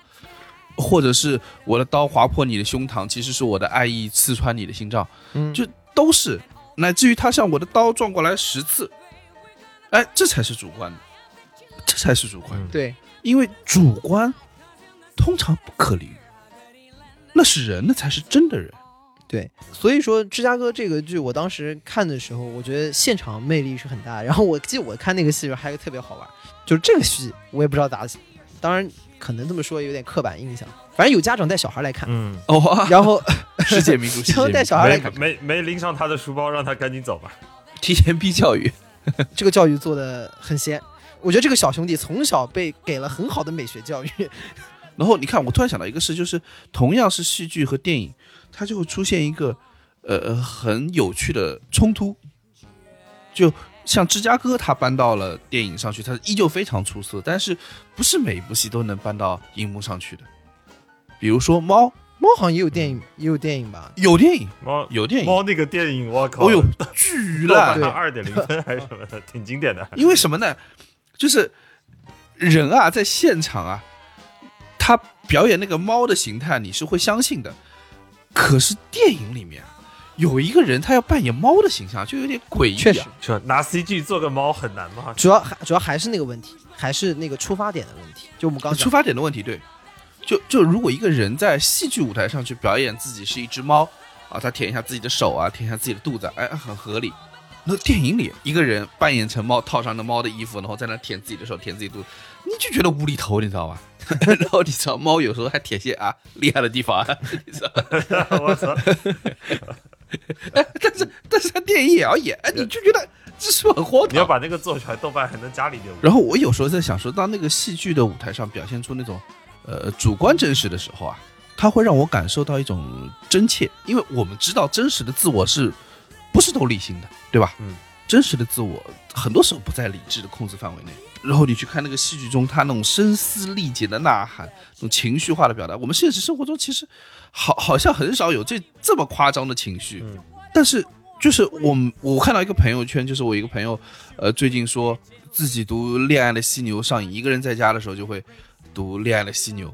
或者是我的刀划破你的胸膛，其实是我的爱意刺穿你的心脏，嗯就都是，乃至于他向我的刀撞过来十次，哎，这才是主观的，这才是主观的，对，因为主 [laughs] 观通常不可理喻，那是人，那才是真的人。对，所以说芝加哥这个剧，我当时看的时候，我觉得现场魅力是很大。然后我记得我看那个戏的时候还有特别好玩，就是这个戏我也不知道咋，当然可能这么说有点刻板印象，反正有家长带小孩 [laughs] 来看，嗯，哦，然后 [laughs] 世界民族，世然后界民带族小孩来没看，没没拎上他的书包，让他赶紧走吧。提前批教育，这个教育做的很鲜。我觉得这个小兄弟从小被给了很好的美学教育，然后你看，我突然想到一个事，就是同样是戏剧和电影，它就会出现一个呃很有趣的冲突。就像芝加哥，它搬到了电影上去，它依旧非常出色，但是不是每一部戏都能搬到荧幕上去的。比如说《猫》，猫好像也有电影，也有电影吧？有电影，猫有电影，猫那个电影，我靠，哦哟，巨豆烂瓣对！二点零分还是什么的，挺经典的。因为什么呢？就是人啊，在现场啊，他表演那个猫的形态，你是会相信的。可是电影里面有一个人，他要扮演猫的形象，就有点诡异、啊。确实，这拿 CG 做个猫很难吗？ [laughs] 主要还主要还是那个问题，还是那个出发点的问题。就我们刚刚出讲，发点的问题，对，就就如果一个人在戏剧舞台上去表演自己是一只猫啊，他舔一下自己的手啊，舔一下自己的肚子啊，哎，很合理。那电影里一个人扮演成猫，套上那猫的衣服，然后在那舔自己的手，舔自己肚子，你就觉得无厘头，你知道吧？ [laughs] 然后你知道猫有时候还舔些啊厉害的地方、啊，你知道吧？我操！但是但是他电影也要演，哎，你就觉得这是不是很荒你要唐？啊把那个做出来，豆瓣还能加里点五。然后我有时候在想说，当那个戏剧的舞台上表现出那种呃主观真实的时候啊，它会让我感受到一种真切，因为我们知道真实的自我是不是都理性的，对吧？嗯，真实的自我很多时候不在理智的控制范围内。然后你去看那个戏剧中，他那种声嘶力竭的呐喊，那种情绪化的表达，我们现实生活中其实好好像很少有这这么夸张的情绪。嗯但是就是我们我看到一个朋友圈，就是我一个朋友，呃，最近说自己读《恋爱的犀牛》上瘾，一个人在家的时候就会读《恋爱的犀牛》。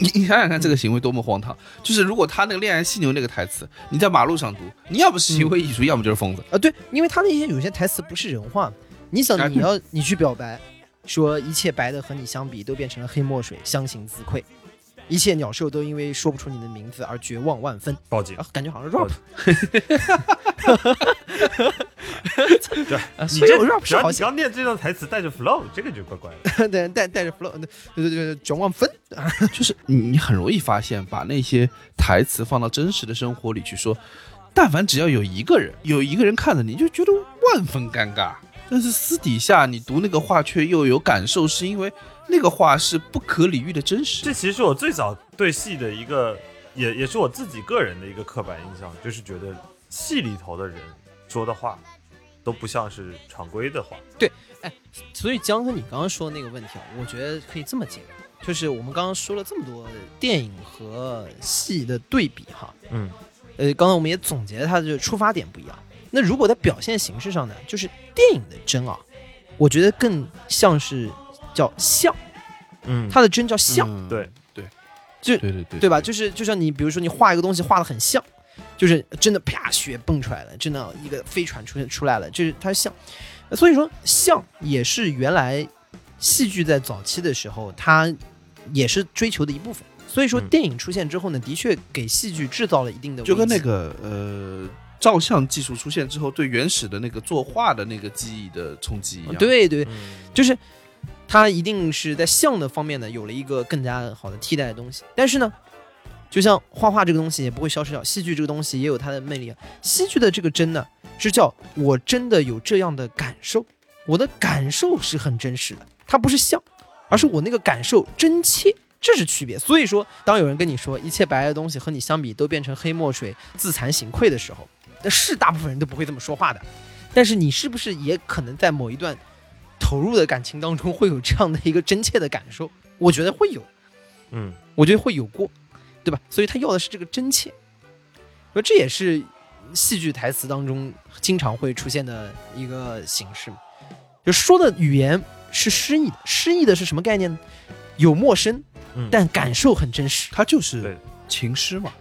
你你想想看，这个行为多么荒唐！就是如果他那个《恋爱犀牛》那个台词，你在马路上读，你要不是行为艺术，要么就是疯子。啊，对，因为他那些有些台词不是人话嘛。你哎想，你要你去表白，说一切白的和你相比都变成了黑墨水，相形自愧。一切鸟兽都因为说不出你的名字而绝望万分，报警！啊，感觉好像 rap，[laughs] [laughs] 啊，哦你所以这我 rap 只是要好你想，刚念这段台词，带着 flow，这个就怪怪 [laughs] 的。对，带带着 flow，对对对，绝望分，就是你你很容易发现，把那些台词放到真实的生活里去说，但凡只要有一个人有一个人看着你，就觉得万分尴尬。但是私底下你读那个话却又有感受，是因为那个话是不可理喻的真实。这其实是我最早对戏的一个，也也是我自己个人的一个刻板印象，就是觉得戏里头的人说的话都不像是常规的话。所以江哥，你刚刚说的那个问题啊，我觉得可以这么解释，就是我们刚刚说了这么多电影和戏的对比哈，嗯，呃，刚才我们也总结了它的出发点不一样。那如果在表现形式上呢，就是电影的真啊，我觉得更像是叫像，嗯它的真叫像，嗯对对就对对对对吧？？就是就像你比如说你画一个东西画的很像，就是真的啪血蹦出来了，真的一个飞船出现出来了，就是它像。呃所以说像也是原来戏剧在早期的时候，它也是追求的一部分。所以说嗯电影出现之后呢，的确给戏剧制造了一定的就跟那危机个呃，照相技术出现之后，对原始的那个作画的那个技艺的冲击一样。，对对嗯就是它一定是在像的方面呢有了一个更加好的替代的东西。但是呢，就像画画这个东西也不会消失掉，戏剧这个东西也有它的魅力啊。戏剧的这个真呢，是叫我真的有这样的感受，我的感受是很真实的，它不是像，而是我那个感受真切。这是区别，所以说，当有人跟你说一切白的东西和你相比都变成黑墨水，自惭形愧的时候，那是大部分人都不会这么说话的。但是你是不是也可能在某一段投入的感情当中会有这样的一个真切的感受，我觉得会有，嗯，我觉得会有过，对吧？所以他要的是这个真切，那这也是戏剧台词当中经常会出现的一个形式嘛。就说的语言是诗意的，诗意的是什么概念呢？有陌生嗯，但感受很真实。它就对是情诗嘛，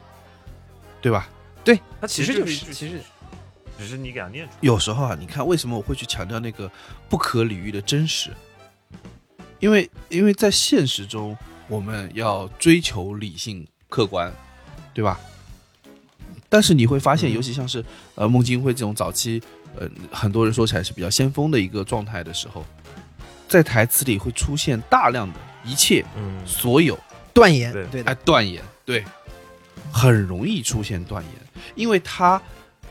对吧？它其其实实就就是是一句其实只是你给它念出来。有时候啊，你看为什么我会去强调那个不可理喻的真实？因为因为在现实中，我们要追求理性客观，对吧？但是你会发现，嗯尤其像是呃孟京辉这种早期，呃很多人说起来是比较先锋的一个状态的时候，在台词里会出现大量的一切嗯，所有断言对对的哎，断言，对，很容易出现断言，因为他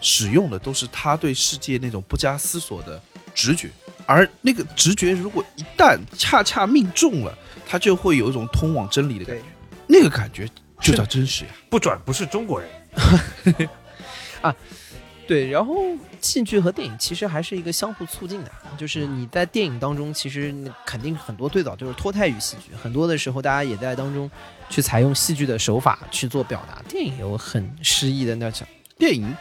使用的都是他对世界那种不加思索的直觉，而那个直觉如果一旦恰恰命中了，他就会有一种通往真理的感觉，那个感觉就叫真实呀。不转不是中国人，对，然后戏剧和电影其实还是一个相互促进的，啊就是你在电影当中，其实你肯定很多最早就是脱胎于戏剧，很多的时候大家也在当中去采用戏剧的手法去做表达。电影有很诗意的那种，电影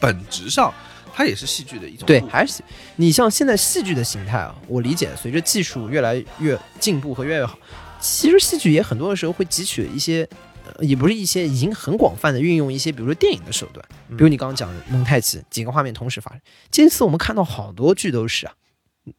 本质上它也是戏剧的一种对部，分还是你像现在戏剧的形态啊，我理解随着技术越来越进步和越来越好，其实戏剧也很多的时候会汲取一些。呃也不是一些已经很广泛的运用一些，比如说电影的手段，比如你刚刚讲的蒙太奇，几个画面同时发生。这次我们看到好多剧都是啊，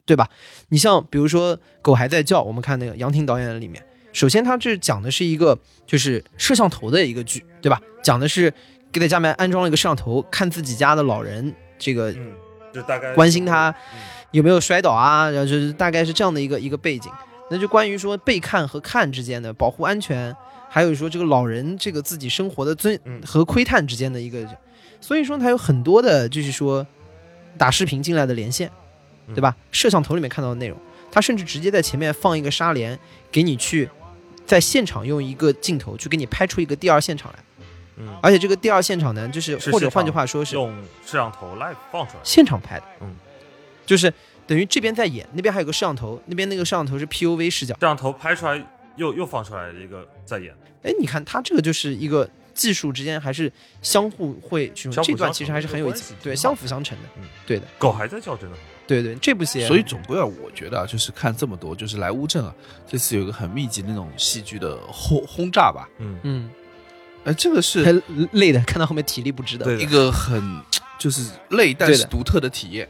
对吧？你像比如说《狗还在叫》，我们看那个杨婷导演的里面，首先他这讲的是一个就是摄像头的一个剧，对吧？讲的是给在家里面安装了一个摄像头，看自己家的老人这个嗯，就大概关心他嗯有没有摔倒啊，然后就是大概是这样的一个一个背景。那就关于说被看和看之间的保护安全，还有说这个老人这个自己生活的尊嗯和窥探之间的一个，所以说它有很多的就是说打视频进来的连线，嗯对吧？摄像头里面看到的内容，它甚至直接在前面放一个纱帘，给你去在现场用一个镜头去给你拍出一个第二现场来，嗯，而且这个第二现场呢，就是是或者现换句场话说是用摄像头 live 放出来，现场拍的，嗯，就是等于这边在演，那边还有个摄像头，那边那个摄像头是 POV 视角。摄像头拍出来又又放出来一个在演，哎，你看它这个就是一个技术之间还是相互会去用，相互这段相成其实还是很有意这个关思系，对，挺好相辅相成的，嗯对的，狗还在叫，真的很好，对对，这部戏，所以总归啊，我觉得啊，就是看这么多，就是来乌镇啊，这次有一个很密集的那种戏剧的轰轰炸吧，嗯，嗯，呃，这个是很累的，看到后面体力不支的，对一的，个很就是累但对是的独特的体验。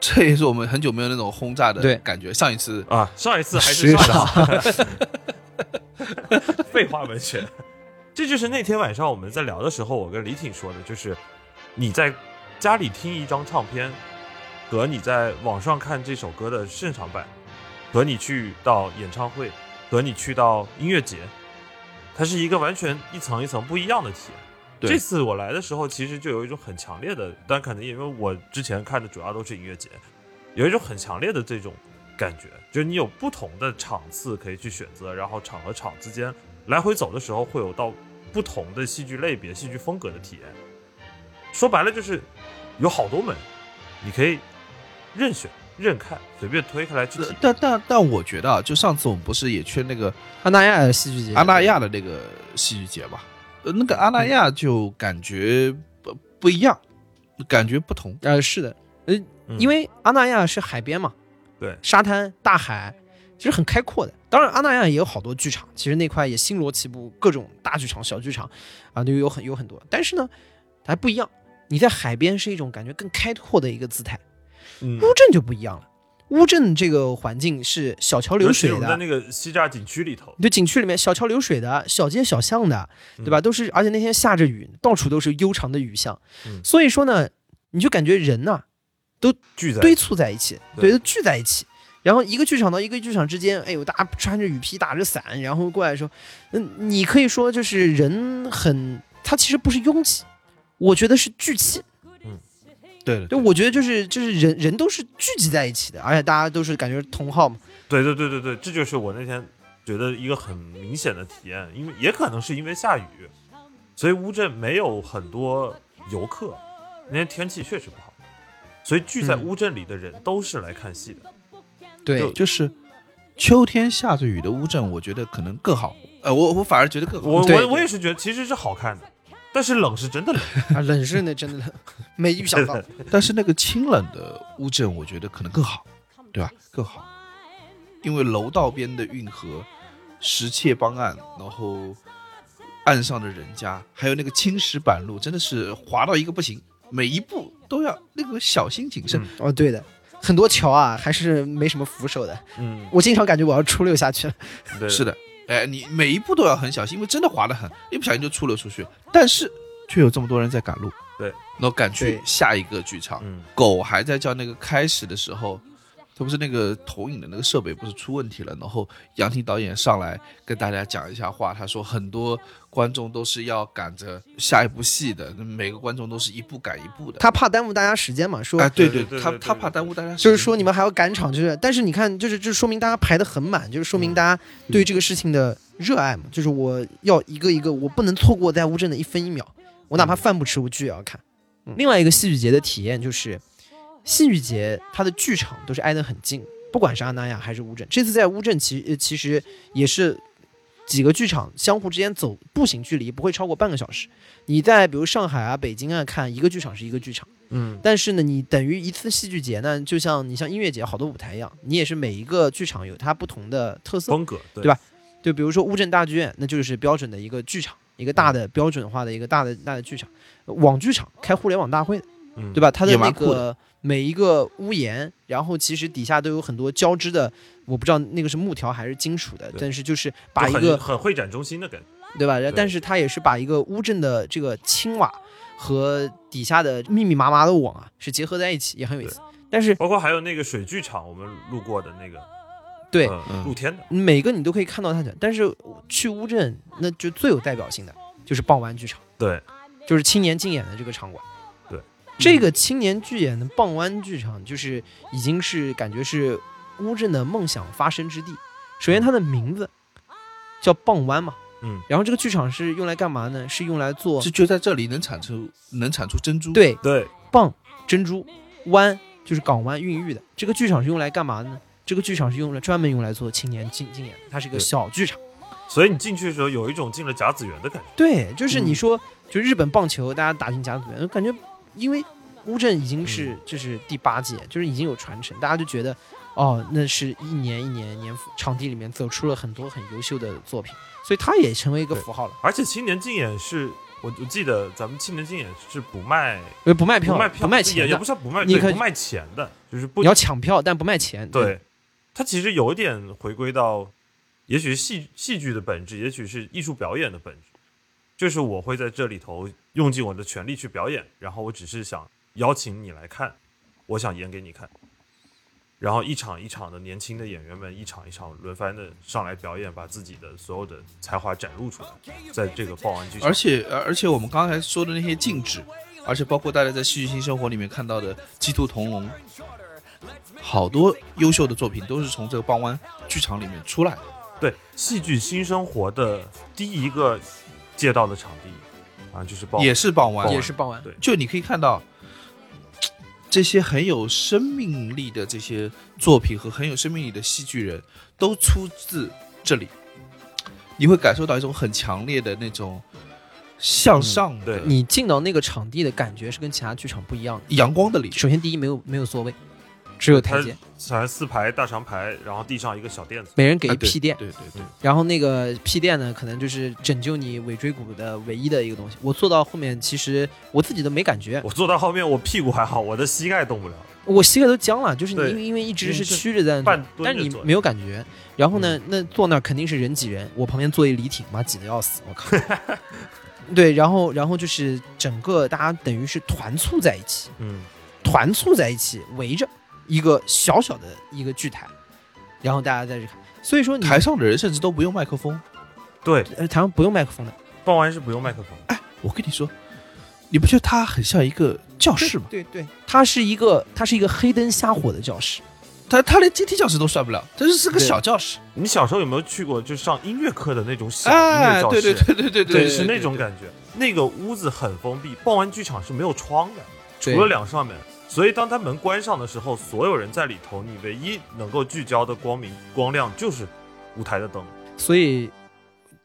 这也是我们很久没有那种轰炸对的感觉。上一次啊，上一次还实是际上一次， [laughs] 废话文学，这就是那天晚上我们在聊的时候，我跟李挺说的，就是你在家里听一张唱片，和你在网上看这首歌的现场版，和你去到演唱会，和你去到音乐节，它是一个完全一层一层不一样的体验。对这次我来的时候，其实就有一种很强烈的，但可能因为我之前看的主要都是音乐节，有一种很强烈的这种感觉，就是你有不同的场次可以去选择，然后场和场之间来回走的时候，会有到不同的戏剧类别、戏剧风格的体验。说白了就是有好多门，你可以任选、任看，随便推开来去体呃验。但但但我觉得啊，就上次我们不是也去那个阿那亚戏剧节，阿那亚的那个戏剧节嘛？呃那个阿那亚就感觉不不一样，感觉不同。呃，是的，呃，嗯因为阿那亚是海边嘛，对沙滩、大海，其实很开阔的。当然，阿那亚也有好多剧场，其实那块也星罗棋布，各种大剧场、小剧场啊，都有很有很多。但是呢，它还不一样，你在海边是一种感觉更开阔的一个姿态，嗯乌镇就不一样了。乌镇这个环境是小桥流尤其水我们的，在那个西栅景区里头，对，景区里面小桥流水的小街小巷的，嗯对吧？都是，而且那天下着雨，到处都是悠长的雨巷，嗯所以说呢，你就感觉人呐、聚在堆簇在一起，对对，都聚在一起。然后一个剧场到一个剧场之间，哎呦，大家穿着雨披，打着伞，然后过来说，嗯，你可以说就是人很，他其实不是拥挤，我觉得是聚气。对对，我觉得就是就是人人都是聚集在一起的，而且大家都是感觉是同好嘛。对对对对对，这就是我那天觉得一个很明显的体验，因为也可能是因为下雨，所以乌镇没有很多游客，那天天气确实不好，所以聚在嗯乌镇里的人都是来看戏的。对，就是秋天下着雨的乌镇，我觉得可能更好。呃，我我反而觉得更好。我嗯对我我也是觉得其实是好看的，但是冷是真的冷。啊，冷是那真的 [laughs] 冷，没预想到。但是那个清冷的乌镇，我觉得可能更好，对吧？更好，因为楼道边的运河、石碣帮岸，然后岸上的人家，还有那个青石板路，真的是滑到一个不行，每一步都要那个小心谨慎。嗯哦，对的，很多桥啊还是没什么扶手的，嗯，我经常感觉我要出溜下去了。对是的，哎，你每一步都要很小心，因为真的滑得很，一不小心就出溜出去。但是却有这么多人在赶路，对，然后赶去对下一个剧场。嗯，狗还在叫那个开始的时候，它不是那个投影的那个设备不是出问题了，然后杨婷导演上来跟大家讲一下话，他说很多观众都是要赶着下一部戏的，每个观众都是一步赶一步的。他怕耽误大家时间嘛，说哎，对对对他对对他对怕耽误大家时间，就是说你们还要赶场，就是但是你看，就是这说明大家排的很满，就是说明大家对于这个事情的热爱嘛，就是我要一个一个，我不能错过在乌镇的一分一秒，我哪怕饭不吃，我剧也要看。另外一个戏剧节的体验就是，戏剧节它的剧场都是挨得很近，不管是阿那亚还是乌镇，这次在乌镇其呃其实也是。几个剧场相互之间走步行距离不会超过半个小时。你在比如上海啊、北京啊看一个剧场是一个剧场，嗯，但是呢，你等于一次戏剧节呢，就像你像音乐节好多舞台一样，你也是每一个剧场有它不同的特色。风格对对吧就比如说乌镇大剧院，那就是标准的一个剧场，一个大的标准化的一个大的大的剧场，网剧场开互联网大会的，嗯对吧？它的也那蛮酷个每一个屋檐，然后其实底下都有很多交织的，我不知道那个是木条还是金属的，对但是就是就把一很个很会展中心的感觉，对吧？然后但是它也是把一个乌镇的这个青瓦和底下的密密麻麻的网啊，是结合在一起，也很有意思。但是包括还有那个水剧场，我们路过的那个，对呃嗯露天的，每个你都可以看到它的，但是去乌镇那就最有代表性的就是傍晚剧场，对，就是青年竞演的这个场馆。对，这个青年剧演的傍晚剧场，就是已经是感觉是乌镇的梦想发生之地。首先，它的名字叫傍湾嘛，嗯，然后这个剧场是用来干嘛呢？是用来做就就在这里能产出能产出珍珠，，对对，蚌、珍珠、湾，就是港湾孕育的。这个剧场是用来干嘛的呢？这个剧场是用来专门用来做青年竞竞演的，它是一个对小剧场。所以你进去的时候有一种进了甲子园的感觉，对，就是你说，就日本棒球，大家打进甲子园，感觉因为乌镇已经是就是第八届，就是已经有传承，大家就觉得哦，那是一年一年年复场地里面走出了很多很优秀的作品，所以它也成为一个对符号了。而且青年竞演是我我记得咱们青年竞演是不卖呃，不卖票，不卖票不卖也钱也的不，是不卖，你对可以不卖钱的，就是不你要抢票，但不卖钱。对，它其实有一点回归到，也许是戏戏剧的本质，也许是艺术表演的本质，就是我会在这里头用尽我的全力去表演，然后我只是想邀请你来看，我想演给你看，然后一场一场的年轻的演员们一场一场轮番的上来表演，把自己的所有的才华展露出来，在这个爆完剧场而，且而而且我们刚才说的那些禁止，而且包括大家在戏剧性生活里面看到的鸡兔同笼，好多优秀的作品都是从这个傍湾剧场里面出来的。对戏剧新生活的第一个借到的场地啊，就是爆也是傍晚，也也是傍晚。对就你可以看到嘖这些很有生命力的这些作品和很有生命力的戏剧人，都出自这里。你会感受到一种很强烈的那种向上的、对你进到那个场地的感觉是跟其他剧场不一样的。阳光的里。首先，第一没有没有座位，只有台它阶，反正四排大长排，然后地上一个小垫子，每人给啊一对屁垫，对对对，然后那个屁垫呢，可能就是拯救你尾椎骨的唯一的一个东西。我坐到后面，其实我自己都没感觉，我坐到后面，我屁股还好，我的膝盖动不了。我膝盖都僵了，就是对你因为一直是嗯就曲着在那半蹲坐，但是着你坐着嗯没有感觉。然后呢，那坐那儿肯定是人挤人，我旁边坐一李挺，妈挤得要死，我靠。 [laughs] 对，然后然后就是整个大家等于是团簇在一起，嗯，团簇在一起，围着一个小小的一个剧台，然后大家在这看。所以说你台上的人甚至都不用麦克风。对，呃台上不用麦克风的，放完是不用麦克风，我跟你说，你不觉得他很像一个教室吗？对对，它是一个它是一个黑灯瞎火的教室。他他连阶梯教室都算不了，这是是个对小教室。你小时候有没有去过，就上音乐课的那种小音乐哎，教室？对对对对对对是那种感觉。那个屋子很封闭，逛完剧场是没有窗的，对除了两扇门。所以当它门关上的时候，所有人在里头，你唯一能够聚焦的光明光亮就是舞台的灯。所以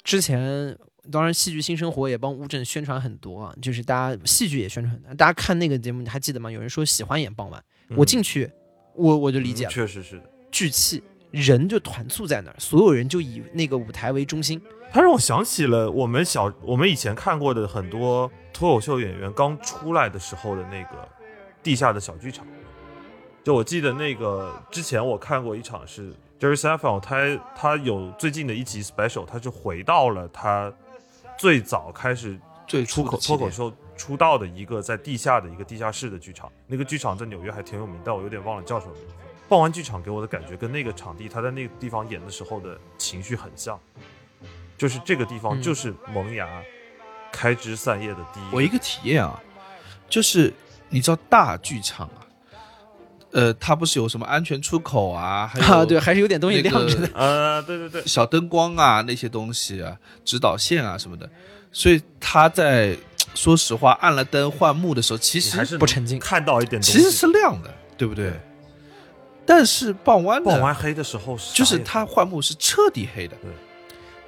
之前当然戏剧新生活也帮乌镇宣传很多啊，就是大家戏剧也宣传很多。大家看那个节目，你还记得吗？有人说喜欢演傍晚，我进去去，我我就理解了。嗯确实是的。聚气，人就团簇在那儿，所有人就以那个舞台为中心。他让我想起了我们小我们以前看过的很多脱口秀演员刚出来的时候的那个地下的小剧场。就我记得那个之前我看过一场是 Jerry Seinfeld，他他有最近的一集 special，他是回到了他最早开始最出初口的脱口起点，秀出道的一个在地下的一个地下室的剧场，那个剧场在纽约还挺有名，但我有点忘了叫什么名字。逛完剧场给我的感觉跟那个场地他在那个地方演的时候的情绪很像，就是这个地方嗯就是萌芽、开枝散叶的第一。我一个体验啊，就是你知道大剧场啊，呃，它不是有什么安全出口啊，还有、 [laughs] 啊，对，还是有点东西亮着的。呃，对对对，小灯光啊那些东西啊，指导线啊什么的，所以他在说实话按了灯换幕的时候，其你还是实不沉浸看到一点东西。其实是亮的，对不对？但是傍晚的逛完黑的时候啥也，就是他换幕是彻底黑的对。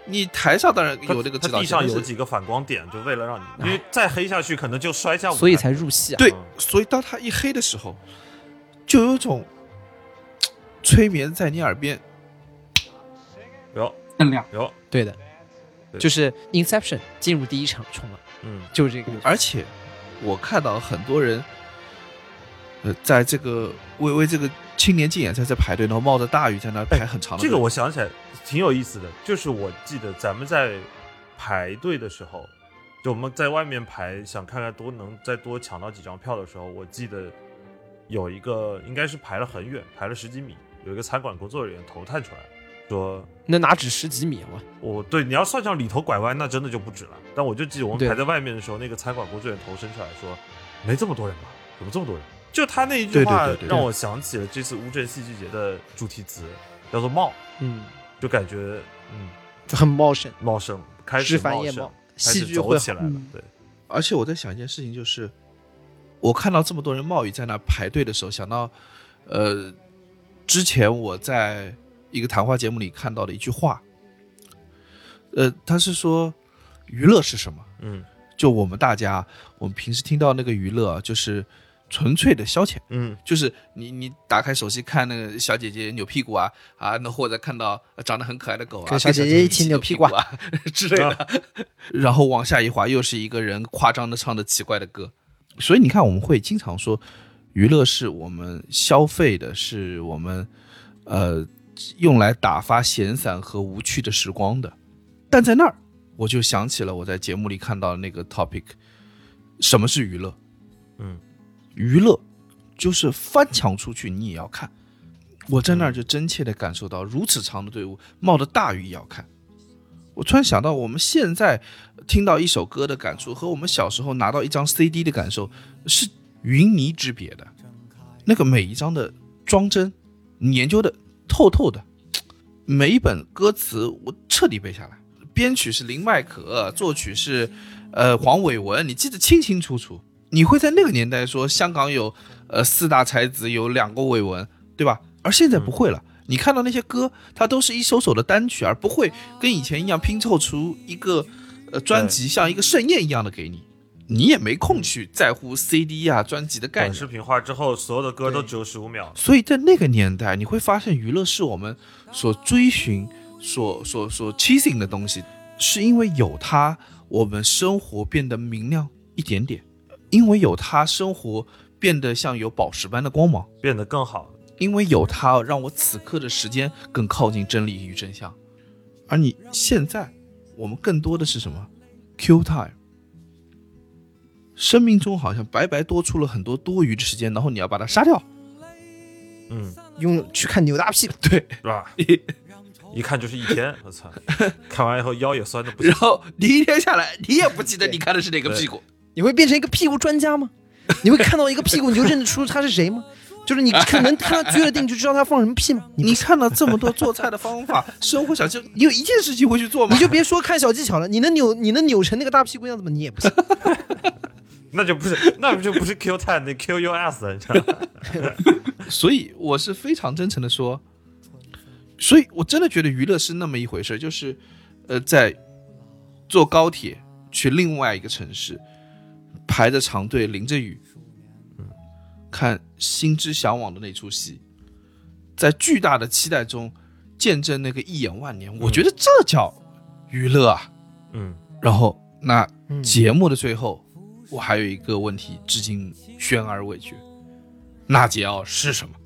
你台上当然它有那个它指导地线，上但是有几个反光点，就为了让你，因为再黑下去可能就摔下舞台。所以才入戏啊。对嗯，所以当他一黑的时候，就有一种催眠在你耳边。有更亮。有，对的，对就是 Inception 进入第一场冲了，嗯，就是这个。而且我看到很多人，呃，在这个为为这个青年竞演赛在排队，然后冒着大雨在那儿排很长的队。哎这个我想起来挺有意思的，就是我记得咱们在排队的时候，就我们在外面排，想看看多能再多抢到几张票的时候，我记得有一个应该是排了很远，排了十几米，有一个餐馆工作人员头探出来说那哪止十几米嘛？：“我对你要算上里头拐弯，那真的就不止了。”但我就记得我们对排在外面的时候，那个餐馆工作人员头伸出来说：“没这么多人吧？怎么这么多人？”就他那一句对对话对对对让我想起了这次乌镇戏剧节的主题词，叫做“冒”。嗯，就感觉嗯很茂盛。茂盛，开始枝繁叶盛茂，开始戏剧走会起来了。对，而且我在想一件事情，就是我看到这么多人冒雨在那儿排队的时候，想到呃，之前我在一个谈话节目里看到的一句话，呃，他是说娱乐是什么？嗯就我们大家，我们平时听到那个娱乐啊就是纯粹的消遣。嗯，就是你你打开手机看那个小姐姐扭屁股啊啊，那或者看到长得很可爱的狗啊，跟小姐姐跟一起扭扭屁屁股啊啊 [laughs] 之类的， [laughs] 然后往下一滑，又是一个人夸张的唱着奇怪的歌，所以你看我们会经常说，娱乐是我们消费的，是我们呃用来打发闲散和无趣的时光的，但在那儿我就想起了我在节目里看到的那个 topic，什么是娱乐？嗯，娱乐就是翻墙出去你也要看。我在那儿就真切地感受到，如此长的队伍，冒着大雨也要看。我突然想到，我们现在听到一首歌的感触，和我们小时候拿到一张 CD 的感受是云泥之别的。那个每一张的装帧，你研究的透透的，每一本歌词我彻底背下来。编曲是林麦可，作曲是呃黄伟文，你记得清清楚楚。你会在那个年代说香港有呃四大才子，有两个伟文，对吧？而现在不会了。你看到那些歌，它都是一首首的单曲，而不会跟以前一样拼凑出一个呃专辑，像一个盛宴一样的给你。你也没空去在乎 CD 啊专辑的概短念。视频化之后，所有的歌都只有十五秒。所以在那个年代，你会发现娱乐是我们所追寻、所所所 chasing 的东西，是因为有它，我们生活变得明亮一点点；因为有它，生活变得像有宝石般的光芒；变得更好。因为有它，让我此刻的时间更靠近真理与真相。而你现在，我们更多的是什么？Q time。生命中好像白白多出了很多多余的时间，然后你要把它杀 [laughs] 掉，嗯，用去看扭大屁股，对，是 [laughs] 吧？一看就是一天，我操！ [laughs] 看完以后腰也酸的不行然。后你一天下来，你也不记得对你看的是哪个屁股，你会变成一个屁股专家吗？你会看到一个屁股你就认得出他是谁吗？就是你可能看他撅了腚你就知道他放什么屁吗？你 [laughs] 你看到这么多做菜的方法、生活小技，你有一件事情会去做吗你？就别说看小技巧了，你能扭你能扭成那个大屁股样子吗？你也不行。那就不是，那就不是 Q time，那 Q U S，你知道吗？ [laughs] 所以我是非常真诚的说，所以我真的觉得娱乐是那么一回事，就是，呃，在坐高铁去另外一个城市，排着长队，淋着雨，看心之向往的那出戏，在巨大的期待中见证那个一眼万年，我觉得这叫娱乐啊。嗯，然后那嗯节目的最后，我还有一个问题，至今悬而未决：纳杰奥是什么？ [laughs]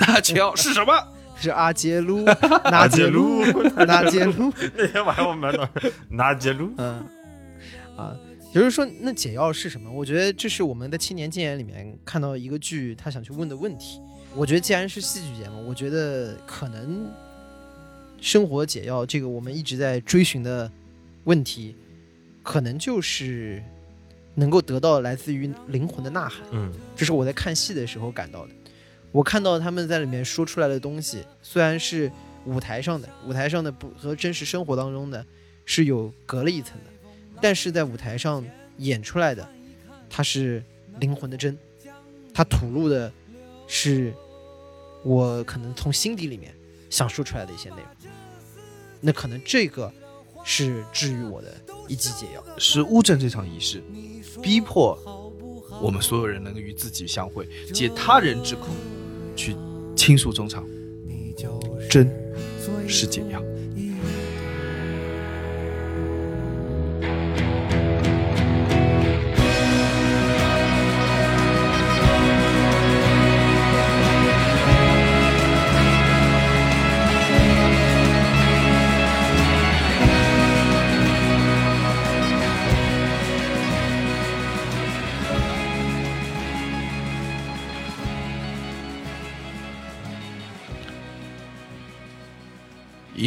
纳杰奥是什么？ [laughs] 是阿 [laughs] 杰路，纳杰路，纳杰路，那天晚上我们哪拿杰路，嗯，啊。也就是说，那解药是什么？我觉得这是我们的青年竞演里面看到一个剧，他想去问的问题。我觉得既然是戏剧节目，我觉得可能生活解药这个我们一直在追寻的问题，可能就是能够得到来自于灵魂的呐喊。嗯，这是我在看戏的时候感到的。我看到他们在里面说出来的东西，虽然是舞台上的，舞台上的不和真实生活当中的是有隔了一层的，但是在舞台上演出来的，它是灵魂的真，它吐露的是我可能从心底里面想说出来的一些内容。那可能这个是治愈我的一剂解药。是乌镇这场仪式，逼迫我们所有人能够与自己相会，解他人之苦，去倾诉衷肠。真是解药。以